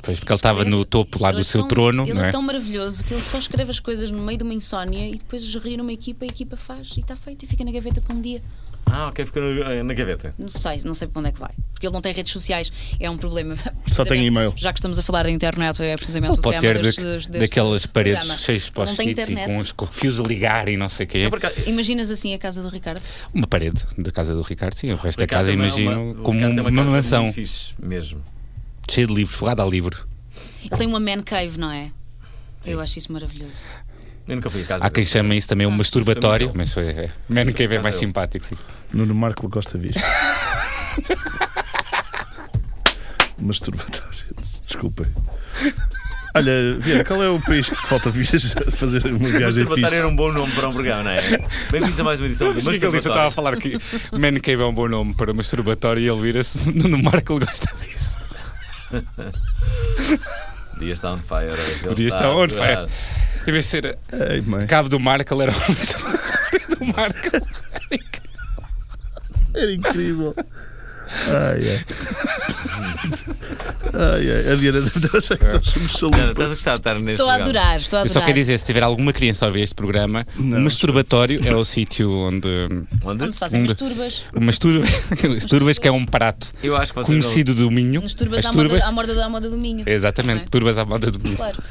Pois, porque ele estava no topo lá
Ele
do
é
seu
tão-
trono,
Ele
não
é
é?
tão maravilhoso que ele só escreve as coisas no meio de uma insónia e depois ri numa equipa, a equipa faz e está feito e fica na gaveta para um dia.
Ah, ok, ficou na, na gaveta.
Não sei, não sei para onde é que vai. Porque ele não tem redes sociais, é um problema.
Só tem
Precisamente,
e-mail.
Já que estamos a falar da internet, é precisamente
Ele
o
pode
tema
ter
deste,
da-
deste
daquelas paredes
programa.
cheias de
Ele não tem
post-its e com
internet.
os co- fios a ligar e não sei o quê.
Eu, por acaso,
Imaginas assim a casa do Ricardo?
Uma parede da casa do Ricardo, sim. O resto da
Ricardo
casa,
tem é uma-
imagino,
uma- o
como um
Ricardo
uma,
tem casa
mansão
muito fixe mesmo.
cheia de livros, forrada a livro.
Ele tem uma man cave, não é? Eu acho isso maravilhoso.
Eu nunca fui a casa.
Há quem
dele.
chama isso também um masturbatório,
isso é
mas foi. É. Man Cave é mais
eu.
simpático, sim.
Então,
Nuno Marco gosta disto. Masturbatório. tá Desculpem. Olha, Vieira, qual é o país que te falta viajar, fazer uma viagem
Masturbatório
fixe?
era um bom nome para um programa, não é? Bem-vindos a mais uma edição do
Mas que ele disse, eu estava a
Masturbatório.
falar que Man Cave é um bom nome para masturbatório e ele vira-se no Marco, ele gosta disso.
O dia está on fire. hoje, ele
O dia está
a
on
adorar.
fire. Em vez de ser
Ei, mãe.
Cabo do Marco, ele era o masturbatório do Marco.
Era incrível. Ai, ai. Ai, ai. A Diana deve estar a achar que nós somos
Cara,
saludos.
estás a gostar de estar neste
Estou a
programa?
adorar, estou a
Eu
adorar.
só quero dizer, se tiver alguma criança a ouvir este programa, o masturbatório é o sítio onde.
Onde?
Onde se fazem
Onde-
as turbas?
o masturba- As turbas, que é um prato
Eu acho que vocês
conhecido do Minho.
Nos turbas,
As
à,
turbas.
Moda, à, moda, à moda do Minho.
Exatamente,
Não é?
turbas à moda do Minho.
Claro,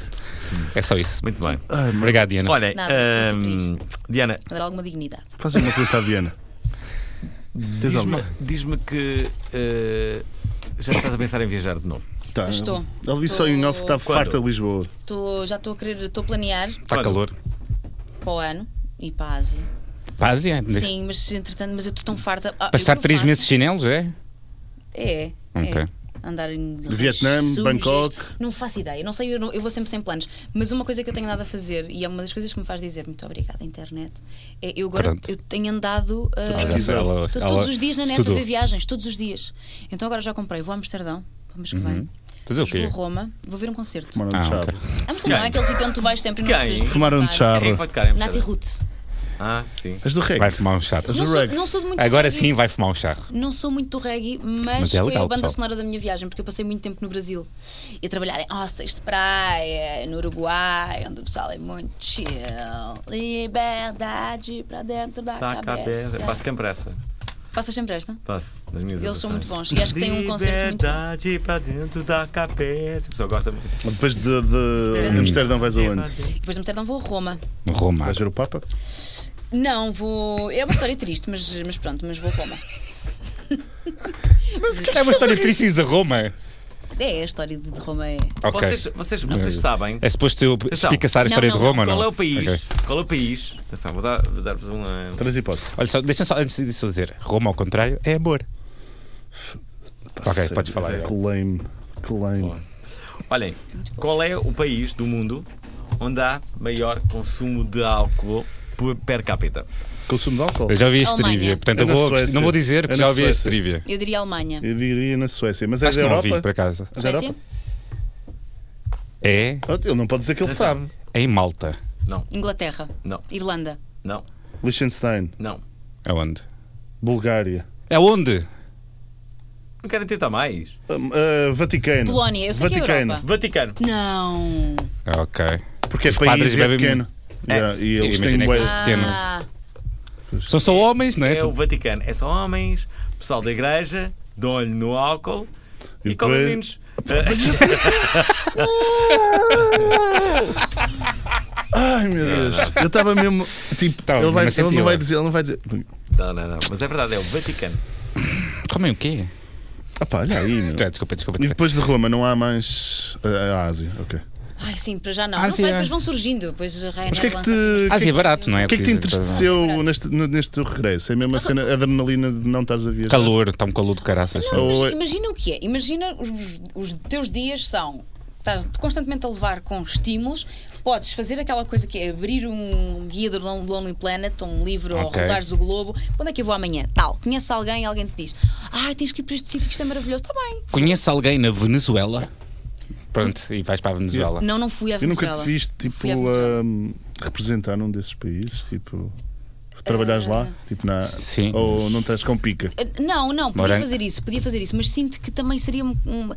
É só isso.
Muito bem.
Ai, mãe.
Obrigado, Diana.
Olha,
Nada, estou
ahm,
aqui
Diana,
para dar alguma dignidade.
Faz uma pergunta à Diana. Tens
diz-me
alguma?
diz-me que eh, já estás a pensar em viajar de novo.
Tá.
Estou.
Ela disse só em off que está
Quando?
farta de Lisboa.
Estou- já estou a querer, estou a planear
Está
olha.
Tá calor.
para o ano e para a Ásia.
Paz, é?
Sim, mas entretanto, mas eu estou tão farta. Ah, o
Passar
que eu
três
faço
meses de chinelos, é?
É.
Ok.
é. Andar em
Vietnã,
sujas.
Bangkok.
Não faço ideia, não sei, eu, não- eu vou sempre sem planos. Mas uma coisa que eu tenho andado a fazer, e é uma das coisas que me faz dizer muito obrigada, internet, é eu agora
Pronto.
eu tenho andado uh,
Olha,
Sim.
ela-
tô
ela
todos os dias na net a
estudou.
ver viagens, todos os dias. Então agora já comprei, vou a Amsterdão, vamos que vem.
Fazer Uhum. o
Depois
quê?
Vou a Roma, vou ver um concerto.
Mano,
Ah,
chave.
ok.
Amsterdão
Quem?
é aquele sítio onde tu vais sempre e não
Quem?
precisas de
Fumaram de
voltar.
Ah,
charro.
Quem é que vai tocar em
Nati
Amsterdã?
Roots.
Ah, sim.
As do Rex.
Vai fumar um chato.
Mas
Não
o
sou,
Rex.
não sou de muito
Agora
reggae.
sim vai fumar um charro.
Não sou muito do reggae, mas,
Mas é legal,
foi a banda
pessoal.
sonora da minha viagem, porque eu passei muito tempo no Brasil e a trabalhar em hostels de praia, no Uruguai, onde o pessoal é muito chill. Liberdade para dentro da
Tá
Está cá
cabeça.
é
perto. Passo sempre essa.
Passa sempre esta?
Passo nas minhas
Eles são
atuações.
muito bons e acho que tem um concerto muito bom.
Liberdade para dentro da cabeça. O pessoal gosta muito.
Depois de, de Amsterdão vais aonde?
E depois de Amsterdão vou a Roma.
Roma.
Vais ver o Papa?
Não, vou. É uma história triste, mas, mas pronto, mas vou a Roma.
É uma história triste de Roma.
É, a história de de Roma é.
Ok.
Vocês, vocês, vocês sabem.
É suposto eu
Atenção.
espicaçar a história
Não,
de
não,
Roma, não?
Qual é o país?
Ok.
Qual é o país? Atenção, vou dar- vou dar-vos um, eh, uma.
Três hipóteses.
Olha só, deixa só antes disso dizer: Roma, ao contrário, é amor. é Ok, podes falar.
Zé, Que lame. Que lame.
Olhem, qual é o país do mundo onde há maior consumo de álcool por- per capita?
Consumo de álcool?
Eu já ouvi este
Alemanha.
trivia, portanto eu
É na
vou,
Suécia.
não vou dizer que
É na
já ouvi este
Suécia.
trivia.
Eu diria Alemanha.
Eu diria na Suécia, mas é
Acho
da
que não
Europa.
ouvi, por acaso.
É da
Suécia?
Europa?
É
Oh, Ele não pode dizer que ele sabe.
em Malta.
Não,
Inglaterra.
não,
Irlanda.
não,
Liechtenstein,
não.
Aonde?
Bulgária,
Aonde?
Não querem tentar mais.
Hum, ah, Vaticano.
Polónia, eu sei que é
Vaticano.
Europa.
Vaticano.
Não.
Ah, Ok.
Porque é
Os
país
padres
e é
bebem
pequeno.
É.
Yeah, e
Sim,
eles
imagina
têm
que-
bué-
Ah. Pequeno.
Ah,
São só homens, não é?
É o Vaticano. É só homens, pessoal da igreja, dão-lhe no álcool
E
e, comem meninos.
depois- Ai meu Deus. Eu estava mesmo. Tipo,
Tava
ele, vai,
mesmo a
ele
sentir,
não vai
ó.
dizer, ele não vai dizer.
não, não, não. Mas é verdade, é o Vaticano.
Comem o quê?
Ah pá, olha aí, meu.
Já, desculpa, desculpa.
E depois de Roma não há mais ah, a Ásia. Ok.
Ai, sim, para já não.
Ah,
não
sim,
sei,
é.
depois vão surgindo. Depois a Ryanair
Mas o que é que
lança assim
te.
umas-
o que
Ásia
é
é barato, não é?
que- O que é que te
Podia dizer,
entristeceu neste, no- neste teu regresso? É mesmo a cena, a adrenalina de não estares a viajar?
Calor, está um calor do caraças.
Não, mas
Ou-
imagina o que é. Imagina os, os teus dias são. Estás constantemente a levar com estímulos. Podes fazer aquela coisa que é abrir um guia do Lon- Lonely Planet, ou um livro, ou
Ok.
rodares o globo. Para Onde é que eu vou amanhã? Tal. Conhece alguém e alguém te diz: Ah, tens que ir para este sítio que isto é maravilhoso. Está bem.
Conhece alguém na Venezuela? Pronto, e vais para a Venezuela.
Não, não fui à
Eu nunca
Venezuela.
te viste tipo,
Fui à Venezuela. Eh,
a representar num desses países, tipo. Trabalhares lá, tipo na.
Sim.
Ou não estás com pica. Tá,
Uh, Não, não, podia
Morango.
fazer isso, podia fazer isso, mas sinto que também seria um. um-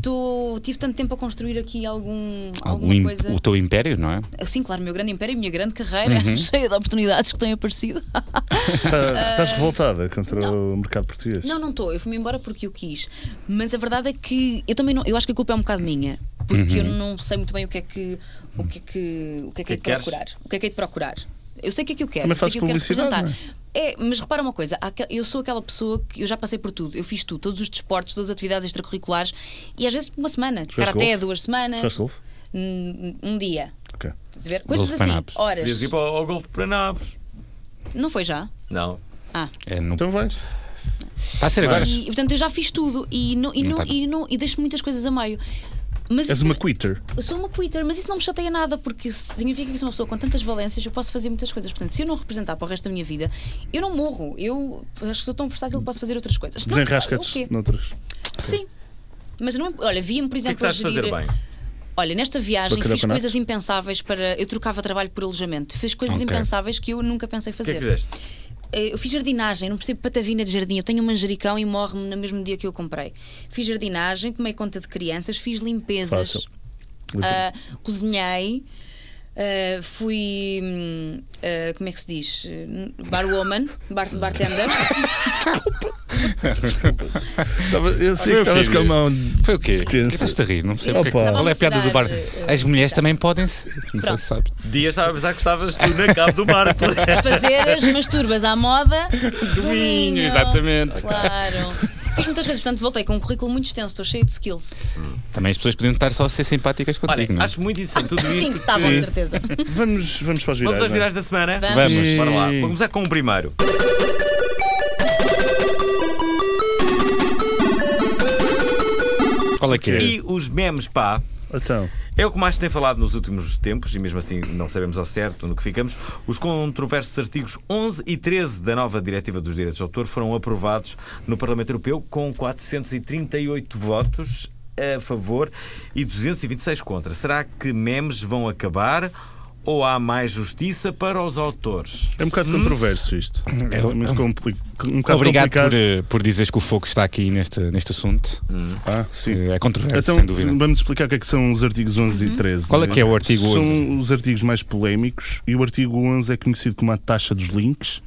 tô- tive tanto tempo a construir aqui algum,
Algum
alguma
im-
coisa.
O teu império, não é?
Sim, claro, o meu grande império e a minha grande carreira,
Uhum.
cheia de oportunidades que têm aparecido.
Tá- Estás revoltada contra o mercado português?
Eh, Não, não estou. Eu fui-me embora porque eu quis. Mas a verdade é que eu também não. Eu acho que a culpa é um bocado minha. Porque eu não sei muito bem o que é que. O que é que. O que é que,
Uhum. O que é
hei de
que queres?
procurar? O que é que hei de procurar? Eu sei o que é que eu quero,
Mas
eu sei o que eu quero
fazes publicidade,
representar. É, mas repara uma coisa, há aquel- eu sou aquela pessoa que eu já passei por tudo, eu fiz tudo, todos os desportos, todas as atividades extracurriculares e às vezes uma semana, até
golfe?
duas semanas,
Jogaste golfe?
um, um dia,
Ok.
Estás a ver? coisas
Golfe para
assim,
nabos.
horas.
Podias ir para o, ao Golfo para Nabos.
Não foi já?
Não.
é no...
Então vais.
Está a ser agora.
E, portanto, eu já fiz tudo e, não, e,
Não
não,
tá.
e, não, e deixo muitas coisas a meio. Mas
És uma quitter.
eu sou uma quitter, mas isso não me chateia nada, porque isso significa que sou uma pessoa com tantas valências, eu posso fazer muitas coisas. Portanto, se eu não representar para o resto da minha vida, eu não morro. Eu acho que sou tão versátil que posso fazer outras coisas. Não sei, o quê?
Desenrascas-te noutras.
Sim. Mas não, olha, vi-me, por
O que é que
exemplo, a
sabes
gerir.
fazer bem?
Olha, nesta viagem
Bacalhau
fiz
com
coisas impensáveis para. Eu trocava trabalho por alojamento. Fiz coisas
Ok.
impensáveis que eu nunca pensei
O que
fazer.
é que fizeste?
Eh, Eu fiz jardinagem, não percebo patavina de jardim. Eu tenho um manjericão e morre-me no mesmo dia que eu comprei. Fiz jardinagem, tomei conta de crianças, fiz limpezas,
Fácil.
ah, cozinhei, ah, fui. hum, ah, como é que se diz? Eh, Barwoman, bar, bartender.
Estava- Eu sei que
Foi o
estavas
quê,
com a
Inês?
mão.
Foi o quê? Por que
Tensa.
estás a rir? Não sei porque,
Opa.
qual é a piada do bar.
Mostrar,
As mulheres também podem ser. Não sei
Pronto.
se sabes.
Dias estava a pensar que estavas tu na cabo do Marco.
Fazer as masturbas à moda do Minho.
exatamente.
Claro. Fiz muitas coisas, portanto voltei com um currículo muito extenso, estou cheio de skills.
Também as pessoas podiam estar só a ser simpáticas contigo,
Olha,
não é?
acho muito interessante tudo
Sim,
isto.
está bom,
Sim.
de certeza.
Vamos, vamos para os
Vamos aos
virais. não é?
virais da semana?
Vamos.
Vamos.
Bora lá. Vamos começar com o primeiro.
Qual é que é?
E os memes, pá.
Então,
É o que mais se tem falado nos últimos tempos, e mesmo assim não sabemos ao certo no que ficamos. Os controversos artigos 11 e 13 da nova Diretiva dos Direitos de Autor foram aprovados no Parlamento Europeu com 438 votos a favor e 226 contra. Será que memes vão acabar ou há mais justiça para os autores?
é um bocado controverso isto. É muito compli- um bocado
Obrigado
complicado.
por, eh, por dizeres que o foco está aqui neste, neste assunto.
Ah, sim.
Eh, É controverso,
Então,
sem dúvida.
vamos explicar o que é que são os artigos 11
Uhum.
e 13.
Qual é
não
que é o artigo 11? Uhum.
São os artigos mais polémicos e o artigo 11 é conhecido como a taxa dos links.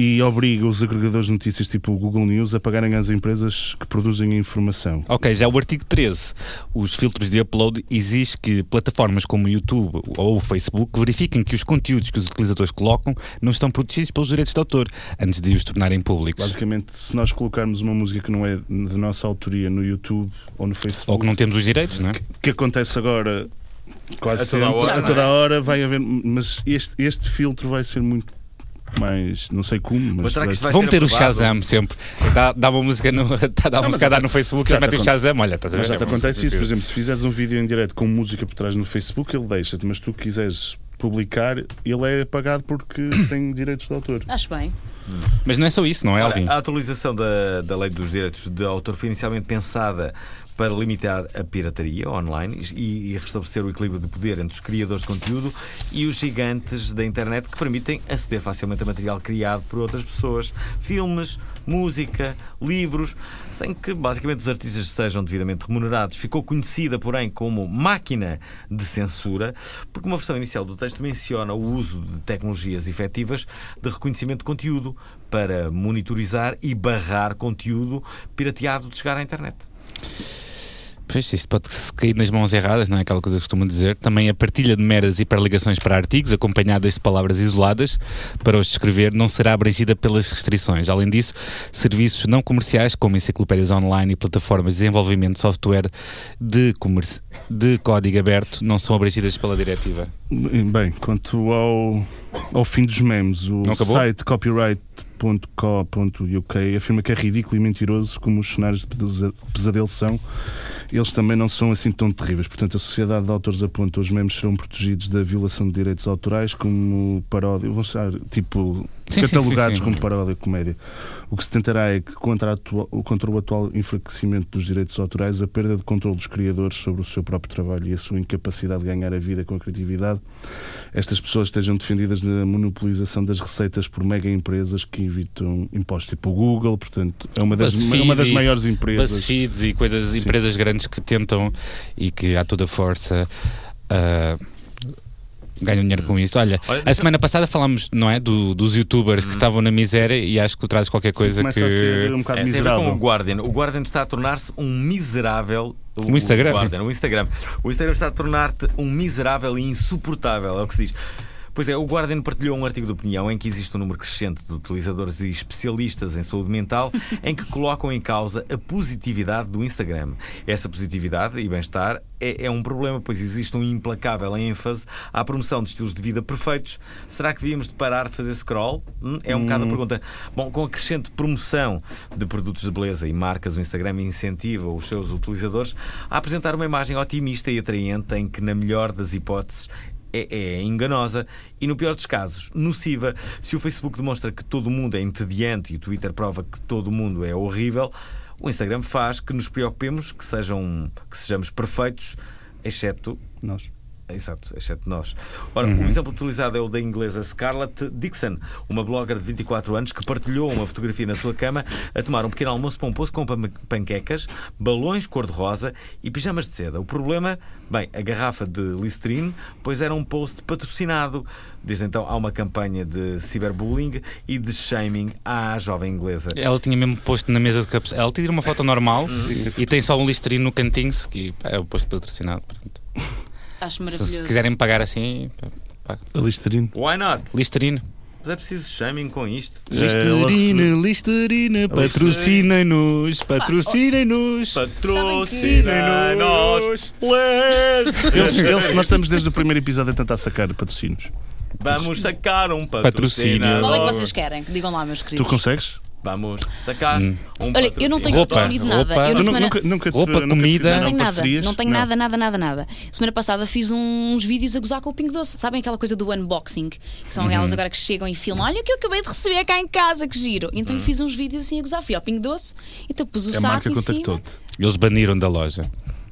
e obriga os agregadores de notícias tipo o Google News a pagarem às empresas que produzem a informação.
Ok, já o artigo 13. Os filtros de upload exige que plataformas como o YouTube ou o Facebook verifiquem que os conteúdos que os utilizadores colocam não estão protegidos pelos direitos de autor antes de os tornarem públicos.
Basicamente, se nós colocarmos uma música que não é de nossa autoria no YouTube ou no Facebook,
Ou que não temos os direitos, não é?
que acontece agora quase
A toda a
sempre,
hora.
a toda a hora vai haver, mas este, este filtro vai ser muito mais, não sei como, mas,
Mas será que isto vai
Vão
ser
ter o
aprovado?
Shazam sempre. Dá, dá uma música, no, dá, dá uma música a dar no Facebook,
já
já
te
metem o
aconte-
Shazam. Olha, estás a ver?
Mas já
É
te
uma música
acontece isso, por
possível.
exemplo, se fizeres um vídeo em direto com música por trás no Facebook, ele deixa-te, mas tu quiseres publicar, ele é apagado porque tem direitos de autor.
Acho bem.
Mas não é só isso, não é,
Ora,
Alvin?
a atualização da, da lei dos direitos de autor foi inicialmente pensada para limitar a pirataria online e, e restabelecer o equilíbrio de poder entre os criadores de conteúdo e os gigantes da internet que permitem aceder facilmente a material criado por outras pessoas, filmes, música, livros, sem que basicamente os artistas sejam devidamente remunerados. Ficou conhecida, porém, como máquina de censura, porque uma versão inicial do texto menciona o uso de tecnologias efetivas de reconhecimento de conteúdo para monitorizar e barrar conteúdo pirateado de chegar à internet.
Pois, isto pode cair nas mãos erradas, não é aquela coisa que costuma dizer. Também a partilha de meras hiperligações para artigos, acompanhadas de palavras isoladas para os descrever, não será abrangida pelas restrições. Além disso, serviços não comerciais, como enciclopédias online e plataformas de desenvolvimento de software de, comerci- de código aberto, não são abrangidas pela diretiva.
Bem, quanto ao, ao fim dos memes, o
Não acabou?
site copyright.co.uk afirma que é ridículo e mentiroso como os cenários de pesa- pesadelo são, eles também não são assim tão terríveis. Portanto, a Sociedade de Autores aponta que os memes serão protegidos da violação de direitos autorais como paródia, vão estar tipo
Sim, sim,
catalogados
sim, sim.
como paródia e comédia. O que se tentará é que, contra, a atua- o- contra o atual enfraquecimento dos direitos autorais, a perda de controle dos criadores sobre o seu próprio trabalho e a sua incapacidade de ganhar a vida com a criatividade, estas pessoas estejam defendidas da monopolização das receitas por mega empresas que evitam impostos, tipo o Google, portanto, é uma das,
BuzzFeed,
é uma das maiores empresas.
BuzzFeeds e coisas, empresas grandes que tentam e que a toda força ah, ganham dinheiro com isto. Olha,
Olha,
a semana passada falámos, não é, do- dos youtubers que estavam na miséria e acho que tu trazes qualquer coisa
Uhum. Começa a ser
que...
um bocado
É, tem a ver com o
miserável.
Guardian. O Guardian está a tornar-se um miserável. O,
O Instagram.
O, Guardian, o Instagram. O Instagram está a tornar-te um miserável e insuportável, é o que se diz. Pois é, o Guardian partilhou um artigo de opinião em que existe um número crescente de utilizadores e especialistas em saúde mental em que colocam em causa a positividade do Instagram. Essa positividade e bem-estar é, é um problema, pois existe um implacável ênfase à promoção de estilos de vida perfeitos. Será que devíamos de parar de fazer scroll? Hum, É um bocado a pergunta. Bom, com a crescente promoção de produtos de beleza e marcas, o Instagram incentiva os seus utilizadores a apresentar uma imagem otimista e atraente em que, na melhor das hipóteses, é, é enganosa e, no pior dos casos, nociva. Se o Facebook demonstra que todo mundo é entediante e o Twitter prova que todo mundo é horrível, o Instagram faz que nos preocupemos que, sejam, que sejamos perfeitos, exceto
Nós.
É Exato, exceto nós. Ora, o exemplo utilizado é o da inglesa Scarlett Dixon, uma blogger de 24 anos que partilhou uma fotografia na sua cama a tomar um pequeno almoço pomposo com pan- panquecas, balões cor-de-rosa e pijamas de seda. O problema, bem, a garrafa de Listerine, pois era um post patrocinado. Desde então há uma campanha de ciberbullying e de shaming à jovem inglesa.
Ela tinha mesmo posto na mesa de caps. Ela tira uma foto
Uhum.
normal e tem só um listerino no cantinho, que pá, é o posto patrocinado. portanto.
Acho
Se,
maravilhoso.
se quiserem pagar assim, pá,
A Listerine.
Why not?
listerino.
Mas é preciso shaming com isto.
É, Eh,
Listerina, Listerina, patrocinem-nos, patrocinem-nos.
Patrocina-nos!
Eles, eles- nós estamos desde o primeiro episódio a tentar sacar patrocínios.
Vamos sacar um
Patrocínio.
patrocínio.
Qual é que vocês querem? Digam lá, meus
Tu
queridos.
consegues?
Vamos sacar
Hum.
um
Olha, eu não tenho
Roupa,
definido nada.
roupa.
Tu
Eu na
nu-
semana...
nunca, nunca te-
Roupa,
nunca te
comida.
fizeram
Não tenho nada,
parcerias?
não tenho nada, nada, nada, nada. Semana passada fiz uns vídeos a gozar com o Ping Doce. Sabem aquela coisa do unboxing? Que são
Uhum.
aquelas agora que chegam e filmam. Olha o que eu acabei de receber cá em casa, que giro. Então eu fiz uns vídeos assim a gozar. Fui ao Ping Doce, então pus o
Uhum. A
saco
marca
em
contactou-te.
cima.
Eles baniram da loja.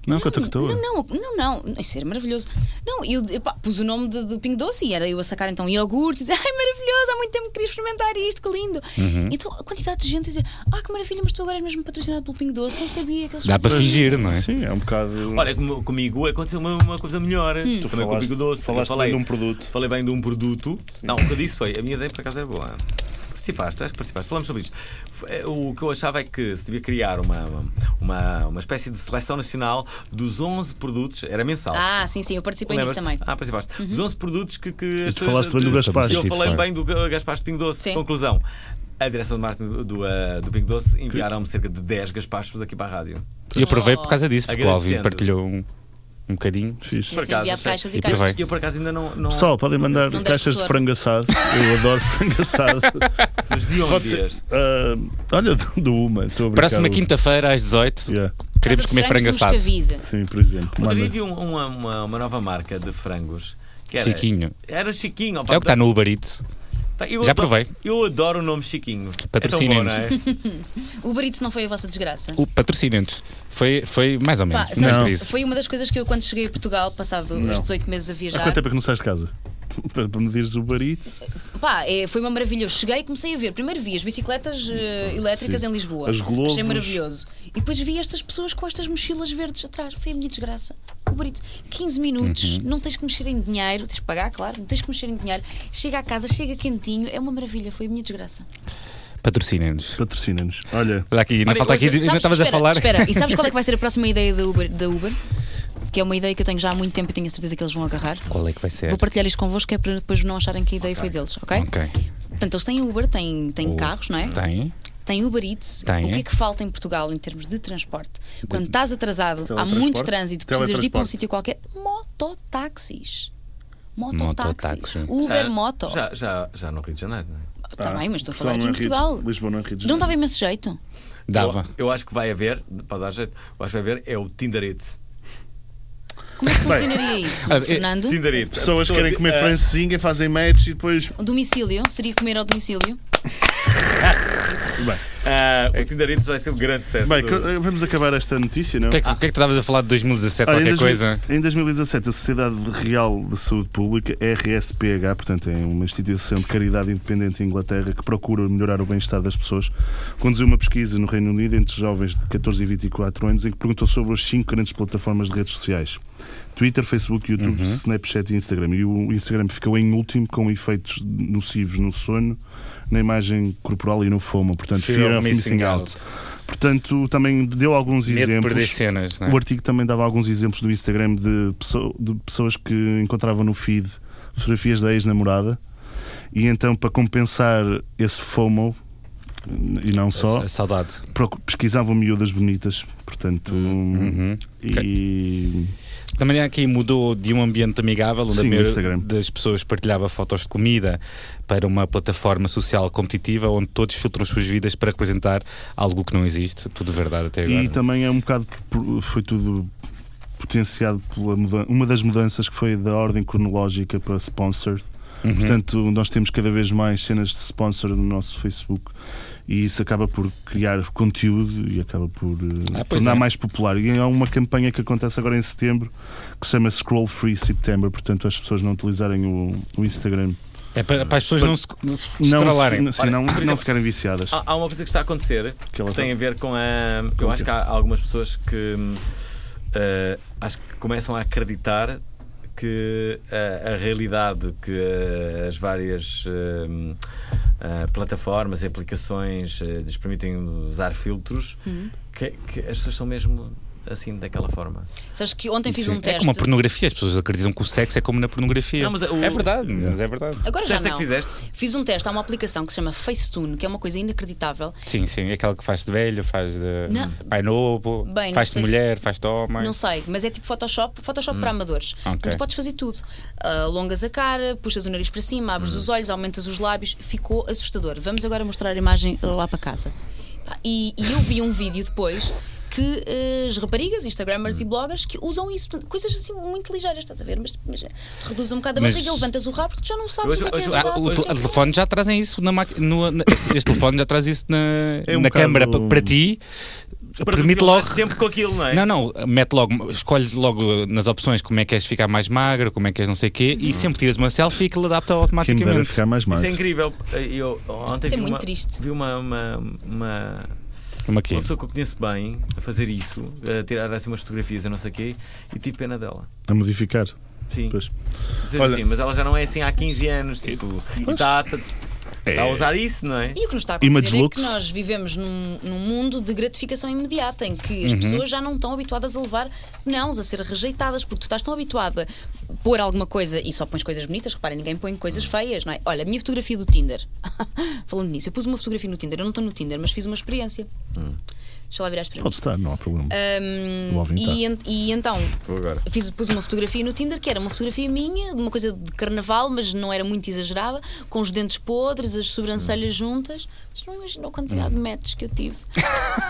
Não, contactou.
Não, não, não, não, isso era maravilhoso. Não, eu, epá, pus o nome do, do Pingo Doce e era eu a sacar então iogurte e dizer, ai maravilhoso, há muito tempo que queria experimentar isto, que lindo.
Uhum.
Então a quantidade de gente a dizer, ah que maravilha, mas tu agora és mesmo patrocinado pelo Pingo Doce, nem sabia que eles
Dá para
faziam isso."
fingir, não é?
Sim, é um bocado.
Olha, com- comigo aconteceu uma, uma coisa melhor.
Hum.
Tu Também com o
falaste-
Pico Doce. Eu
falaste bem de um produto.
Falei bem de um produto. Não, o que eu disse foi: a minha ideia para casa era é boa. participaste, acho que participaste. Falamos sobre isto. F- eh, O que eu achava é que se devia criar uma, uma, uma espécie de seleção nacional dos 11 produtos, era mensal.
Ah, sim, sim, eu participei nisso
Lembras-te?
também. Uhum.
Ah, participaste. Dos 11 produtos que, que as
tu falaste bem do
que-
Gaspar.
que Eu falei
Sim.
bem do Ga- Gaspar de Pingo Doce.
Sim.
Conclusão. A direção de marketing do, do, ah, do Pingo Doce enviaram-me cerca de 10 Gaspachos aqui para a rádio.
E eu provei por causa disso, porque o Alvin
Agradecendo.
partilhou um, um bocadinho.
Fixe.
Por
Tinha-se
acaso,
enviado
sei.
caixas e
E por aí
caixas.
vai.
Eu por acaso ainda não. não
Pessoal, podem mandar
Não deste
caixas de
tudo.
frango assado. Eu adoro frango assado.
Mas de
Pode
onde
ser.
és?
ah, olha, do- do uma. estou a brincar.
Próxima quinta-feira, às 18,
Yeah.
queremos
Casa de
comer frango
frangos de
assado.
Moscavide.
Sim, por exemplo.
Outro dia
Manda.
vi um- uma, uma, uma nova marca de frangos. Que era,
Chiquinho.
Era Chiquinho. tá,
É o que
tá
está no Uber Eats. Já provei.
Eu adoro o nome Chiquinho.
Patrocinem-nos.
É tão bom, não é?
O Barito não foi a vossa desgraça.
O patrocinantes. Foi, foi mais ou menos.
Pá,
Não.
sabes,
Não.
por isso.
Foi uma das coisas que eu, quando cheguei a Portugal, passado
Não.
os 18 meses a
Há
viajar,
quanto tempo é que não sais de casa? Para para medires o barito.
pá, é, foi uma maravilha. Eu cheguei e comecei a ver. Primeiro vi as bicicletas eh, elétricas
Ah, Sim.
em Lisboa.
As Globos.
Achei maravilhoso. E depois vi estas pessoas com estas mochilas verdes atrás. Foi a minha desgraça. O Barito, 15
Uhum.
minutos, não tens que mexer em dinheiro, tens que pagar, claro, não tens que mexer em dinheiro. Chega à casa, chega quentinho, é uma maravilha. Foi a minha desgraça.
Patrocinem-nos.
Patrocina-nos. Olha,
Olha aqui, ainda
Olha,
falta aqui,
hoje-
ainda
Sabes-
estavas a
espera,
falar.
Espera, e sabes qual é que vai ser a próxima ideia da Uber? Da Uber? Que é uma ideia que eu tenho já há muito tempo e tenho a certeza que eles vão agarrar.
Qual é que vai ser?
Vou partilhar isto convosco, que é para depois não acharem que a ideia foi deles, ok?
Ok.
Portanto, eles têm Uber, têm, têm carros, não é?
Tem.
Têm Uber Eats.
Tem,
O que
é?
é que falta em Portugal em termos de transporte? Quando estás atrasado, há muito trânsito, precisas de ir para um
Teletransporte.
sítio qualquer, mototáxis.
Mototáxis.
Mototáxis. Uber
Já-
moto.
Já, já, já no Rio de Janeiro, não é?
Está Tá bem, mas estou a falar
Só
aqui
não
em
é Rio de-
Portugal.
Lisboa não é Rio de
Não
Janeiro.
dava imenso jeito.
Dava.
Eu, eu acho que vai haver, para dar jeito, eu acho que vai haver é o Tinderite.
Como é que funcionaria isso,
Ah, é-
Fernando?
Tinderite. A
Pessoas
pessoa
querem
que-
comer
eh,
francesinha, fazem match e depois.
O Um domicílio? Seria comer ao domicílio?
ah, o Tinderite vai ser um grande sucesso.
Bem,
do-
co- vamos acabar esta notícia, não?
O que, é que, o que é que tu estavas a falar de 2017,
Olha, em,
qualquer
2000
coisa?
em 2017, a Sociedade Real de Saúde Pública, RSPH, portanto é uma instituição de caridade independente em Inglaterra que procura melhorar o bem-estar das pessoas, conduziu uma pesquisa no Reino Unido entre jovens de 14 e 24 anos em que perguntou sobre as cinco grandes plataformas de redes sociais. Twitter, Facebook,
Uhum.
YouTube, Snapchat e Instagram. E o Instagram ficou em último com efeitos nocivos no sono, na imagem corporal e no FOMO, portanto Fear, of Missing, out. Portanto, também deu alguns
Medo de
exemplos.
perder cenas, não é?
O artigo também dava alguns exemplos do Instagram de, pesso- de pessoas que encontravam no feed fotografias da ex-namorada e então para compensar esse FOMO e não só,
A saudade.
procu- pesquisavam miúdas bonitas, portanto, um, e
Também aqui mudou de um ambiente amigável, onde
Sim,
a
o
maioria
Instagram.
das pessoas partilhava fotos de comida para uma plataforma social competitiva onde todos filtram as suas vidas para representar algo que não existe. Tudo verdade até agora.
E também é um bocado por- foi tudo potenciado pela mudança, uma das mudanças que foi da ordem cronológica para sponsored.
Uhum.
Portanto, nós temos cada vez mais cenas de sponsor no nosso Facebook e isso acaba por criar conteúdo e acaba por eh,
Ah, pois
tornar
é.
mais popular. E há uma campanha que acontece agora em setembro que se chama Scroll Free September, portanto, as pessoas não utilizarem o, o Instagram.
É para, para as pessoas não se, não se escrolarem.
Não, se- sim,
Olha,
não,
por
é.
não
exemplo,
ficarem viciadas.
Ah,
Há, há uma coisa que está a acontecer que,
ela
tem
está-
a ver com a. Eu
o
acho que
quê?
há algumas pessoas que. hum, eh, acho que começam a acreditar que a, a realidade que eh, as várias hum, ah, plataformas e aplicações eh, lhes permitem usar filtros,
Uhum.
que, que as pessoas são mesmo assim, daquela forma.
Sabes que ontem fiz
Sim.
um
É
teste.
como a pornografia, as pessoas acreditam que o sexo é como na pornografia.
Não, mas o-
É verdade, mas é verdade.
Agora
O
já
teste é
não.
que fizeste?
Fiz um teste, há uma aplicação que se chama Facetune, que é uma coisa inacreditável.
Sim, sim, é aquela que faz de velho, faz de
Não.
pai novo,
Bem, não
faz de
sei se-
mulher, faz de homem.
Não sei, mas é tipo Photoshop, Photoshop
Hum.
para amadores. Portanto, tu podes fazer tudo. Ah, Alongas a cara, puxas o nariz para cima, abres
Hum.
os olhos, aumentas os lábios, ficou assustador. Vamos agora mostrar a imagem lá para casa. Pá, E, e eu vi um vídeo depois que eh, as raparigas, Instagrammers e
Hum.
bloggers que usam isso, Portanto, coisas assim muito ligeiras, estás a ver? Mas, mas reduz um bocado a
Mas-
barriga, levantas o rabo, tu já não sabes
Hoje-
o que é que
hoje-
é
Ah,
verdade,
o
o que
tel-
é que não é.
telefone já traz isso na máquina. no- na- este, este telefone já traz isso na,
É um
na
bocado-
câmara para, para ti.
Para
permite
tu filmares
logo.
sempre com aquilo, não é?
Não, não, mete logo, escolhes logo nas opções como é que és ficar mais magro, como é que és não sei o quê,
Uhum.
e sempre tiras uma selfie e aquilo adapta
Quem me dera
automaticamente.
ficar mais mal.
Isso é incrível. Eu ontem vi
Isso é muito
uma-
triste.
vi uma- uma- uma
Como aqui.
Uma pessoa que eu conheço bem a fazer isso, a tirar assim umas fotografias e não sei o quê, e tive pena dela.
A modificar.
Sim.
Pois.
Dizes
Olha-
assim, mas ela já não é assim há 15 anos, tipo, e tá, tá- Está a usar isso, não é?
E o que nos está a acontecer
Image
é que
looks.
nós vivemos num, num mundo de gratificação imediata, em que as pessoas já não estão habituadas a levar nãos, a ser rejeitadas, porque tu estás tão habituada a pôr alguma coisa e só pões coisas bonitas, reparem, ninguém põe coisas feias, não é? Olha, a minha fotografia do Tinder. Falando nisso, eu pus uma fotografia no Tinder, eu não estou no Tinder, mas fiz uma experiência. Deixa lá virar as
Pode estar, não há problema. O Alvin tá.
e, en- e então
Vou agora.
fiz, pus uma fotografia no Tinder que era uma fotografia minha, de uma coisa de carnaval, mas não era muito exagerada, com os dentes podres, as sobrancelhas juntas. Vocês não imaginam a quantidade de matches que eu tive.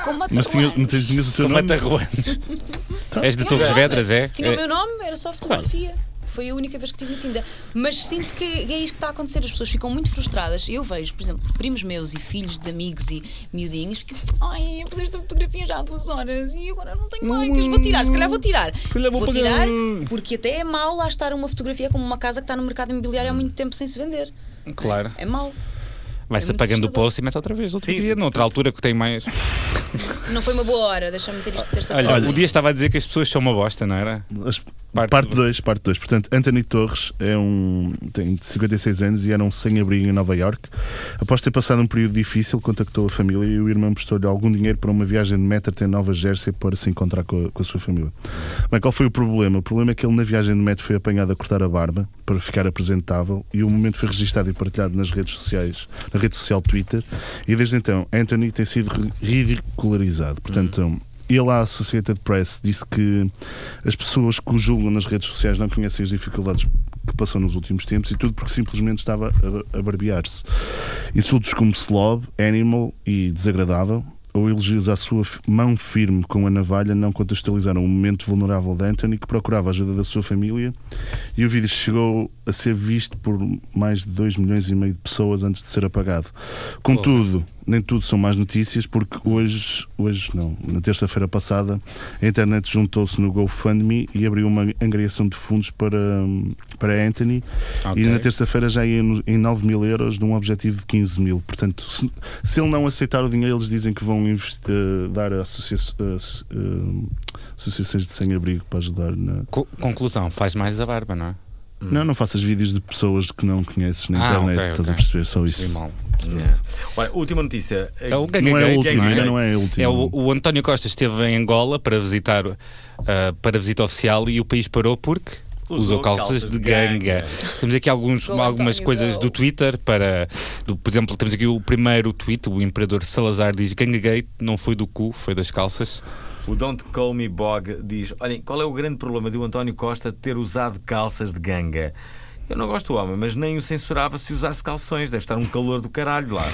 Com uma
Mas tinha,
tatuagem.
mas tinhas tinhas o teu
Com
nome?
matarruanos. És de
Tinha o
Torres
meu
Vedras,
nome.
é?
Tinha o
É.
meu nome, era só fotografia. Foi a única vez que tive no Tinder. Mas sinto que é isto que está a acontecer. As pessoas ficam muito frustradas. Eu vejo, por exemplo, primos meus e filhos de amigos e miudinhos que. Ai, eu pus esta fotografia já há duas horas e agora não tenho likes. Vou tirar, se calhar vou tirar.
calhar vou
vou
pagar.
tirar, porque até é mau lá estar uma fotografia como uma casa que está no mercado imobiliário há muito tempo sem se vender.
Claro.
É mau.
Vai-se
É muito
apagando o
assustador.
post e mete outra vez, outro
Sim,
dia, noutra altura que tem mais.
Não foi uma boa hora, deixa-me ter isto terça-feira.
Olha, o dia estava a dizer que as pessoas são uma bosta, não era?
As-
Parte
Parte
dois.
2, parte 2. Portanto, Anthony Torres é um, tem 56 anos e era um sem-abrigo em Nova York. Após ter passado um período difícil, contactou a família e o irmão prestou-lhe algum dinheiro para uma viagem de metro até Nova Jersey para se encontrar com a, com a sua família. Bem, qual foi o problema? O problema é que ele na viagem de metro foi apanhado a cortar a barba para ficar apresentável e o momento foi registado e partilhado nas redes sociais, na rede social Twitter, e desde então Anthony tem sido ri- ridicularizado. Portanto, ele à Associated Press disse que as pessoas que o julgam nas redes sociais não conhecem as dificuldades que passou nos últimos tempos e tudo porque simplesmente estava a, a barbear-se. Insultos como slob, animal e desagradável, ou elogios à sua f- mão firme com a navalha, não contextualizaram o momento vulnerável de Anthony, que procurava a ajuda da sua família, e o vídeo chegou a ser visto por mais de 2 milhões e meio de pessoas antes de ser apagado. Contudo, nem tudo são más notícias, porque hoje, hoje não, na terça-feira passada, a internet juntou-se no GoFundMe e abriu uma angriação de fundos para, para Anthony.
Ok.
E na terça-feira já ia no- em 9 mil euros de um objetivo de 15 mil. Portanto, se, se ele não aceitar o dinheiro, eles dizem que vão investi- eh, dar a associa- eh, asso- eh, associações de sem-abrigo para ajudar. Na...
Co- conclusão, faz mais a barba, não é?
Não, não faças vídeos de pessoas que não conheces na
Ah,
internet,
ok,
estás
ok.
a perceber? Só
Sim,
isso.
mal.
Olha, última notícia.
É o
Não é a
Gagagay,
última,
Gagagay.
ainda não é a última.
É o, o António Costa esteve em Angola para visitar ah, para visita oficial e o país parou porque
Usou
usou, calças,
calças
de
de
ganga.
ganga.
Temos aqui alguns,
Go, António,
algumas coisas
go.
do Twitter para, do- por exemplo, temos aqui o primeiro tweet, o imperador Salazar diz ganga gay não foi do cu, foi das calças.
O Don't Call Me Bog diz: Olhem, qual é o grande problema de o António Costa ter usado calças de ganga? Eu não gosto do homem, mas nem o censurava se usasse calções. Deve estar um calor do caralho lá.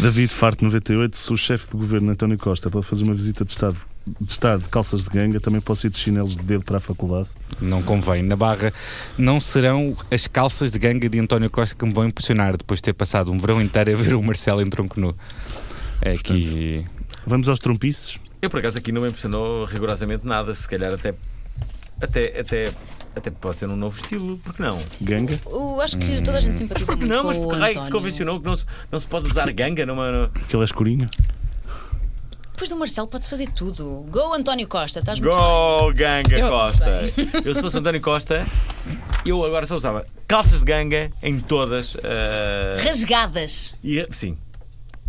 David Farto 98, se o chefe de governo António Costa para fazer uma visita de Estado, de Estado de calças de ganga, também posso ir de chinelos de dedo para a faculdade.
Não convém. Na barra não serão as calças de ganga de António Costa que me vão impressionar depois de ter passado um verão inteiro a ver o Marcelo em tronco nu. É que
Vamos aos trompices?
Eu, por acaso, aqui não me impressionou rigorosamente nada. Se calhar até. Até. Até. Até pode ser um novo estilo, porque não?
Ganga?
Eu acho que toda a gente simpatiza
Porque
muito
não,
com
mas
o
porque raio que se
António.
convencionou que não se, não se pode usar ganga numa.
Porque ele é escurinho.
Depois do Marcelo pode-se fazer tudo. Go António Costa, estás muito
Go, ganga Costa! Eu, se fosse António Costa, eu agora só usava calças de ganga em todas. ah,
rasgadas
E, sim.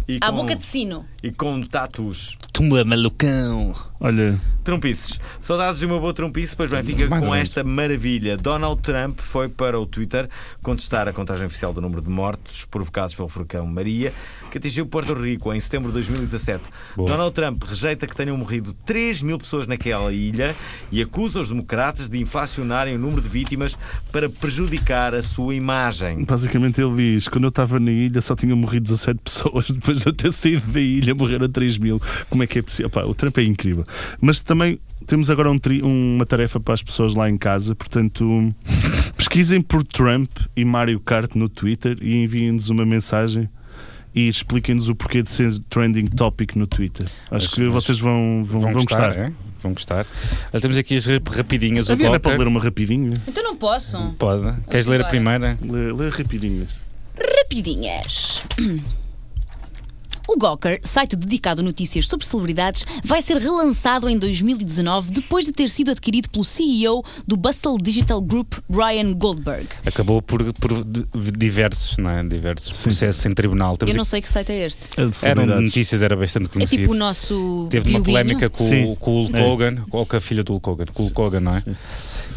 E
à
com,
um.
boca de sino.
E com tatus.
Tuma malucão.
Olha,
Trumpices. Saudades de uma boa trumpice, pois bem, fica
Mais ou
com
menos.
esta maravilha. Donald Trump foi para o Twitter contestar a contagem oficial do número de mortos provocados pelo furacão Maria, que atingiu Porto Rico em setembro de 2017. Donald Trump rejeita que tenham morrido 3 mil pessoas naquela ilha e acusa os democratas de inflacionarem o número de vítimas para prejudicar a sua imagem.
basicamente ele diz: quando eu estava na ilha só tinha morrido 17 pessoas, depois de eu ter saído da ilha morreram 3 mil. Como é que é possível? Pá, o Trump é incrível. Mas também temos agora um tri- uma tarefa para as pessoas lá em casa, portanto, pesquisem por Trump e Mario Kart no Twitter e enviem-nos uma mensagem. E expliquem-nos o porquê de ser trending topic no Twitter. Acho que
mas
vocês vão, vão, vão gostar.
é? Vão gostar. Olha, temos aqui as rap- rapidinhas.
A
O
Diana
Walker.
pode ler uma rapidinho?
Então não posso.
Pode. Queres ler a
Bora.
primeira?
Lê, lê rapidinhas.
Rapidinhas. O Gawker, site dedicado a notícias sobre celebridades, vai ser relançado em 2019 depois de ter sido adquirido pelo CEO do Bustle Digital Group, Brian Goldberg.
Acabou por, por di- diversos, não é? Diversos processos em tribunal. Temos
Eu não
aqui-
sei que site é este.
É de
Eram
celebridades.
notícias, era bastante
É
conhecido.
tipo o nosso.
Teve uma
Dioguinho?
polémica com,
Sim.
o- com o Hulk
É.
Hogan, ou com a filha do Hulk Hogan, com o Hulk Hogan, não é?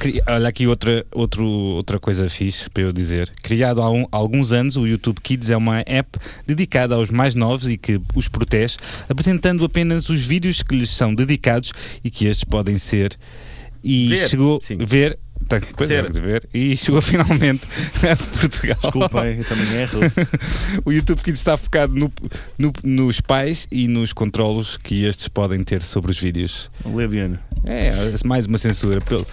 Cri- Olha aqui outra, outro, outra coisa fixe para eu dizer. Criado há, um- há alguns anos, o YouTube Kids é uma app dedicada aos mais novos e que os protege, apresentando apenas os vídeos que lhes são dedicados e que estes podem ser. E
Ver,
chegou
sim.
ver. tá, pois é,
Ser.
ver. E chegou finalmente a Portugal.
Desculpem, eu também erro.
O YouTube Kids está focado no- no- nos pais e nos controlos que estes podem ter sobre os vídeos.
Lê, Diana.
É, mais uma censura. Pelo-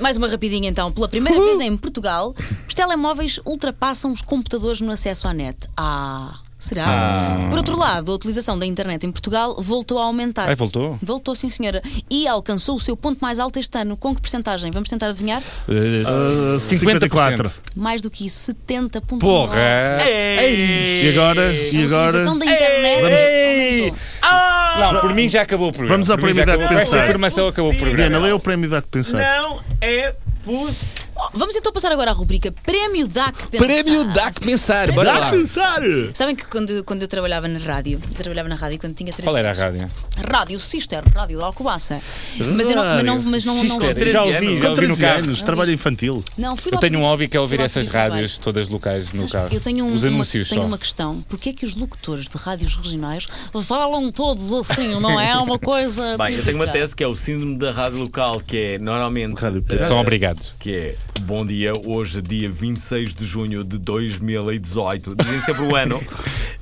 Mais uma rapidinha então. Pela primeira vez em Portugal, os telemóveis ultrapassam os computadores no acesso à net. Ah, será?
Ah.
Por outro lado, a utilização da internet em Portugal voltou a aumentar.
Ai, voltou?
Voltou, sim, senhora. E alcançou o seu ponto mais alto este ano. Com que porcentagem? Vamos tentar adivinhar?
Ah,
Eh, 54.
Mais do que isso, 70,9%.
Porra!
E agora? E
A
agora?
utilização da internet
Ei! Ah!
aumentou.
Não, por mim já acabou o programa.
Vamos à
Por mim já
prioridade
acabou.
de
Com esta
pensar.
informação acabou o programa.
Diana, lê o prémio dá que pensar.
Não é possível.
Vamos então passar agora à rubrica Prémio DAC Pensar.
Prémio dá que pensar. Bora
Dá
lá.
a pensar!
Sabem que quando, quando eu trabalhava na rádio, eu trabalhava na rádio quando tinha 13
Qual era a
anos.
rádio?
Rádio Sister, Rádio de Alcobaça. Mas eu não, mas não, mas não, não,
Sister. é Já ouvi, já
Com
ouvi no
13
carro.
É, anos, trabalho infantil.
não fui
Eu
lá
tenho um
pedir-
hobby que é
fui
ouvir
lá
essas
pedir trabalho.
rádios todas locais no
Sabes,
carro.
Eu tenho, um,
Os anúncios
uma, tenho
só.
uma questão. Porquê é que os locutores de rádios regionais falam todos assim, não é? uma coisa.
Bem, eu tenho uma
típica.
tese que é o síndrome da rádio local, que é normalmente.
Rádio
eh,
São obrigados.
que é Bom Dia, hoje, dia 26 de junho de 2018. Dizem sempre o um ano.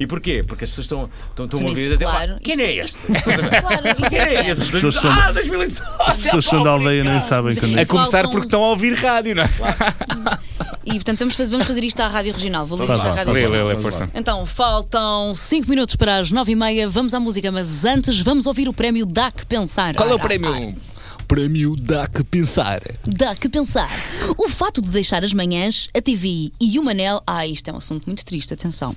E porquê? Porque as pessoas estão, estão, estão a
Tudo
ouvir e
isso,
dizem:
claro.
"Pá, Quem
Isto-
é este?
Claro, isto
Quem é
é
este?
pessoas são-
Ah, 2018!
As pessoas são da aldeia nem sabem
Sim.
quando é.
A começar
Faltam-
porque estão a ouvir rádio, não é?
E portanto vamos fazer, vamos fazer isto à rádio regional. Vou ler isto à
lá,
rádio
Lê,
regional.
lê, lê, força.
Então, faltam 5 minutos para as 9h30, vamos à música, mas antes vamos ouvir o prémio Dá que Pensar.
Qual é o prémio? Prémio dá que pensar.
Dá que pensar. O fato de deixar as manhãs, a TV e o Manel. Ah, isto é um assunto muito triste, atenção.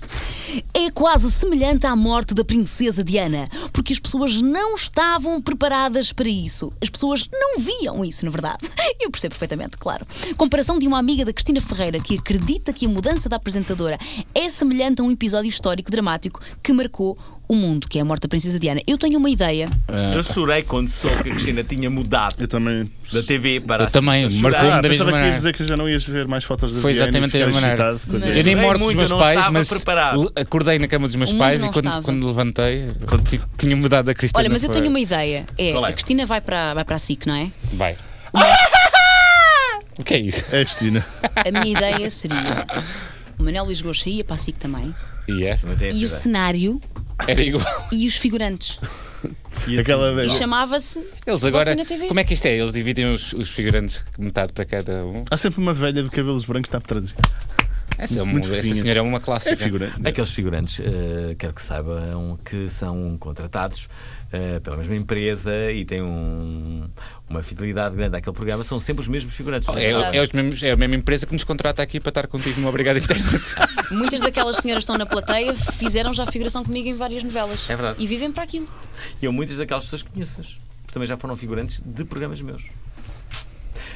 É quase semelhante à morte da princesa Diana, porque as pessoas não estavam preparadas para isso. As pessoas não viam isso, na verdade. Eu percebo perfeitamente, claro. Comparação de uma amiga da Cristina Ferreira que acredita que a mudança da apresentadora é semelhante a um episódio histórico dramático que marcou o mundo, que é a morte da princesa Diana. Eu tenho uma ideia.
É.
Eu chorei quando soube que a Cristina tinha mudado
Eu também.
da TV para
Eu também,
chorei.
marcou-me
Ah,
da
pensava
mesma
que ias
maneira.
dizer que já não ias ver mais fotos da
Foi
Diana e
exatamente da
ficar
mesma maneira.
excitado é. com a
Mas-
Eu
Chorei
nem morto dos
muito,
meus
eu não
pais,
estava
mas
preparado.
l- acordei na cama dos meus
O
pais
mundo
e
não
quando,
estava.
quando levantei ti- tinha mudado a Cristina.
Olha, mas eu
foi-
tenho uma ideia. É,
Qual é?
a Cristina vai para, vai para a SIC, não é?
Vai. O que é isso?
É a Cristina.
A minha ideia seria. O Manuel Luís Gosta ia para a SIC também.
E é?
Não tem essa
E o
ideia.
cenário
Era igual.
e os figurantes.
Aquela
E
velha.
chamava-se.
Eles
Você
agora.
na TV.
Como é que isto é? Eles dividem os, os figurantes metade para cada um.
Há sempre uma velha de cabelos brancos que está por trás.
Essa, é uma-
Muito
essa
fofinha.
senhora é uma clássica.
É figurante.
Aqueles figurantes, eh, quero que saibam, que são contratados eh, pela mesma empresa e têm um- uma fidelidade grande àquele programa, são sempre os mesmos figurantes.
É, é os mesmos- é a mesma empresa que nos contrata aqui para estar contigo no Obrigado Internet.
Muitas daquelas senhoras que estão na plateia fizeram já figuração comigo em várias novelas.
É verdade.
E vivem para aquilo.
E eu muitas daquelas pessoas conheças, porque também já foram figurantes de programas meus.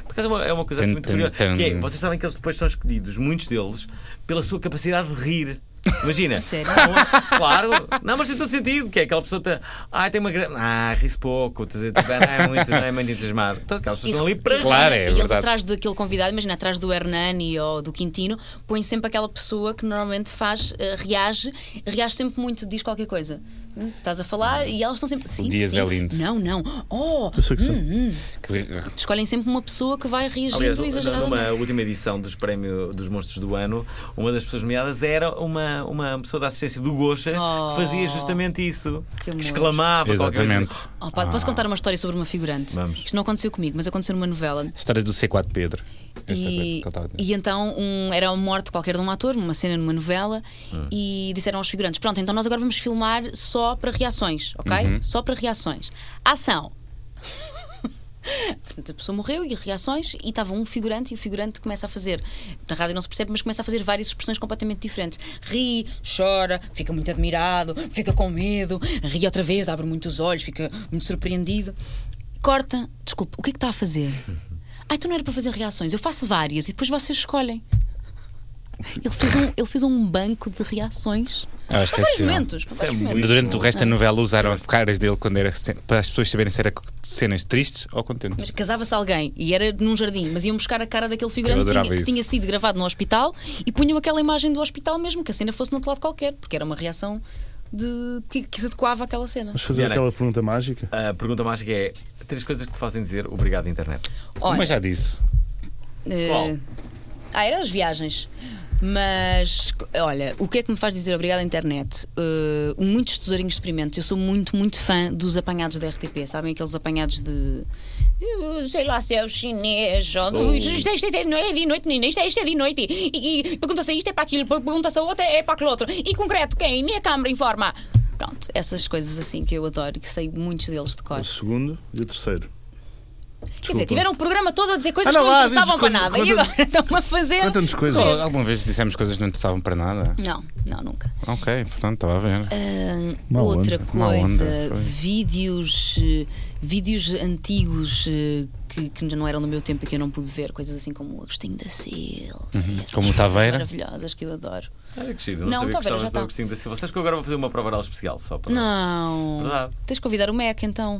Por acaso é uma, é uma coisa assim
Tum,
muito
tum,
curiosa.
tum.
Que é, vocês sabem que eles depois são escolhidos, muitos deles, pela sua capacidade de rir. Imagina.
Sério?
Um- claro. Não, mas tem todo sentido. Que é aquela pessoa tá, ah, tem uma grande. Ah, ri-se pouco. Estás a dizer, tipo, ah, é muito, não é muito entusiasmado. Então, aquelas pessoas estão ali para.
Claro, é
e eles
verdade.
atrás daquele convidado, imagina, atrás do Hernani ou do Quintino, põem sempre aquela pessoa que normalmente faz, eh, reage, reage sempre muito, diz qualquer coisa. Hum, Estás a falar e elas estão sempre. Sim,
Dias
sim.
é lindo.
Não, não. Oh!
sei que sou.
Que-
Escolhem sempre uma pessoa que vai reagir
Aliás,
exageradamente.
numa última edição dos prémios dos monstros do ano, uma das pessoas nomeadas era uma, uma pessoa da assistência do Gocha
Oh,
que fazia justamente isso.
que amor.
exclamava qualquer coisa.
Exatamente.
Oh, pá, Posso contar uma história sobre uma figurante?
Vamos.
Isto não aconteceu comigo, mas aconteceu numa novela.
História do C4 Pedro. Esta
E,
coisa que eu estava é a dizer.
e então um, era uma morte qualquer de um ator, uma cena numa novela,
Ah.
e disseram aos figurantes: Pronto, então nós agora vamos
Uhum.
filmar só para reações, ok? Só para reações. Ação! Portanto, a pessoa morreu e reações, e estava um figurante, e o figurante começa a fazer. Na rádio não se percebe, mas começa a fazer várias expressões completamente diferentes. Ri, chora, fica muito admirado, fica com medo, ri outra vez, abre muito os olhos, fica muito surpreendido. Corta, desculpa, o que é que está a fazer? Ah, então não era para fazer reações, eu faço várias e depois vocês escolhem. Ele fez um, ele fez um banco de reações.
Eu acho que
Para
é
vários
possível.
momentos. para vários
muito
momentos.
Mas durante o resto da novela usaram as caras dele quando era cen- para as pessoas saberem se era cenas tristes ou contentes.
Mas casava-se alguém e era num jardim, mas iam buscar a cara daquele
Eu
figurante que
adorava
tinha, que
isso.
tinha sido gravado no hospital e punham aquela imagem do hospital mesmo, que a cena fosse no outro lado qualquer, porque era uma reação de que, que se adequava àquela cena.
Mas fazer
Diana.
aquela pergunta mágica?
A pergunta mágica é: três coisas que te fazem dizer obrigado, internet.
Olha,
Mas já disse.
eh,
Qual?
ah, eram as viagens. Mas olha, o que é que me faz dizer obrigado à internet? Eh, muitos tesourinhos de experimento. Eu sou muito, muito fã dos apanhados da RTP, sabem aqueles apanhados de. de, Sei lá se é o chinês ou
Oh.
do- isto, é- isto é, não é de noite, menina, isto é, isto é de noite. E, e- e pergunta-se isto é para aquilo, pergunta-se a outra é para aquele outro. E concreto, quem? Nem a Câmara informa. Pronto, essas coisas assim que eu adoro, e que sei muitos deles de cor.
O segundo e o terceiro.
Quer dizer, tiveram o programa todo a dizer coisas
Anda
que não
lá,
interessavam para
diz,
nada e
conta-
agora estão a fazer.
Conta-nos coisas.
Oh, alguma vez dissemos coisas que não precisavam para nada?
Não, não, nunca.
Ok, portanto, estava a
Ah,
ver.
Ahn,
Má onda,
outra
má onda,
coisa,
foi.
vídeos, eh, vídeos antigos eh, que, que ainda não eram do meu tempo e que eu não pude ver, coisas assim como o Agostinho da Silva, e essas
Uhum. Como o
coisas
Taveira?
maravilhosas que eu adoro.
Olha Ah, que giro, não,
Não,
sabia que
talvez, já
gostavas do
tá.
Agostinho da Silva. Sabes que eu agora vou fazer uma prova oral especial só para.
Não,
Verdade.
tens de convidar o Mac então.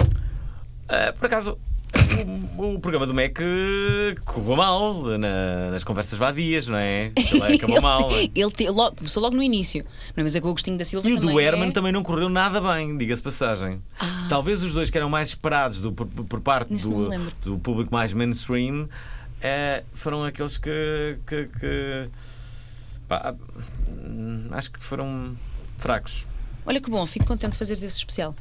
Ah, por acaso, o, o programa do MEC correu mal na- nas conversas vadias, não é? Ele acabou mal. não é?
Ele te- logo- começou logo no início, não é? Mas é que o Agostinho da Silva
E o do
também
Herman
é-
também não correu nada bem, diga-se passagem. Talvez os dois que eram mais esperados do- por, por parte
Isso não me
do,
lembro.
do público mais mainstream eh, foram aqueles que. que- que- pá, hum, acho que foram fracos.
Olha que bom, fico contente de fazeres esse especial.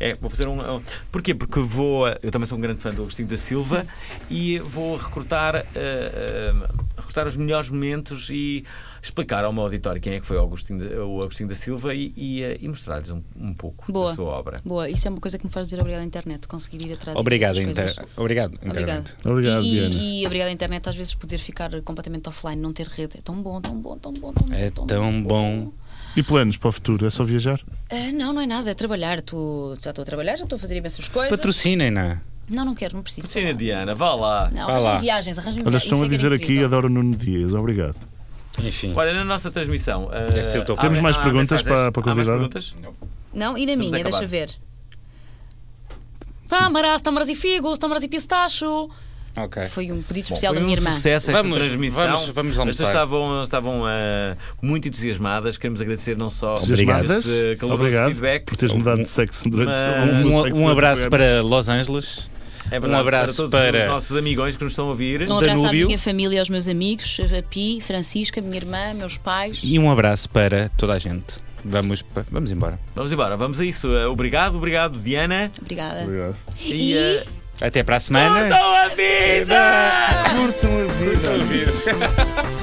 É, vou fazer um. um- Porquê? Porque vou. Eu também sou um grande fã do Agostinho da Silva e vou recrutar, eh, eh, recrutar os melhores momentos e explicar ao meu auditório quem é que foi o Agostinho da, o Agostinho da Silva e, e, eh, e mostrar-lhes um, um pouco
Boa.
da sua obra.
Boa, isso é uma coisa que me faz dizer obrigado à internet, conseguir ir atrás e ver
Obrigado,
essas coisas.
inter... Obrigado, internet.
Obrigado.
Obrigado,
e,
Diana.
E, e obrigado à internet, às vezes poder ficar completamente offline, não ter rede. É tão bom, tão bom, tão bom, tão bom.
É tão bom.
E planos para o futuro? É só viajar?
Ah, não, não é nada, é trabalhar. Tô, já estou a trabalhar, já estou a fazer imensas coisas.
Patrocinem-na.
Não, não quero, não preciso.
Cristina Diana, vá lá.
Não,
Vá lá.
arranjem viagens, arranjem
Olha,
viagens.
estão
Isso
a
é que
dizer
era
aqui,
incrível.
adoro o Nuno Dias, obrigado.
Enfim.
Olha, na nossa transmissão. eh,
Deve ser o teu
há-
Temos
mais
há
perguntas
mensagens?
para- para
Há mais
convidada?
perguntas?
Não, e na
Estamos
minha,
a acabar.
deixa ver. Tâmaras, tâmaras e figos, tâmaras e pistacho.
Ok.
Foi um pedido
Bom,
especial
foi
da minha
um
irmã.
sucesso esta
Vamos-
transmissão.
vamos- vamos almoçar.
As pessoas estavam, estavam ah, muito entusiasmadas. Queremos agradecer não só
Obrigado. eh,
esse caloroso
Obrigado
feedback.
por teres mudado de sexo durante
Mas-
Um-
o
Um,
sexo
um
do
abraço
programa.
para Los Angeles.
É verdade,
Um abraço
para todos
para-
os nossos amigões que nos estão a ouvir.
Um abraço
Danúbio.
à minha família, aos meus amigos, a Pi, Francisca, minha irmã, meus pais.
E um abraço para toda a gente. Vamos, pa- vamos embora.
Vamos embora, vamos a isso. Ah, Obrigado, obrigado, Diana.
Obrigada.
Obrigado.
E.
E-
ah,
Até para a semana.
curtam a vida!
Curtam a vida.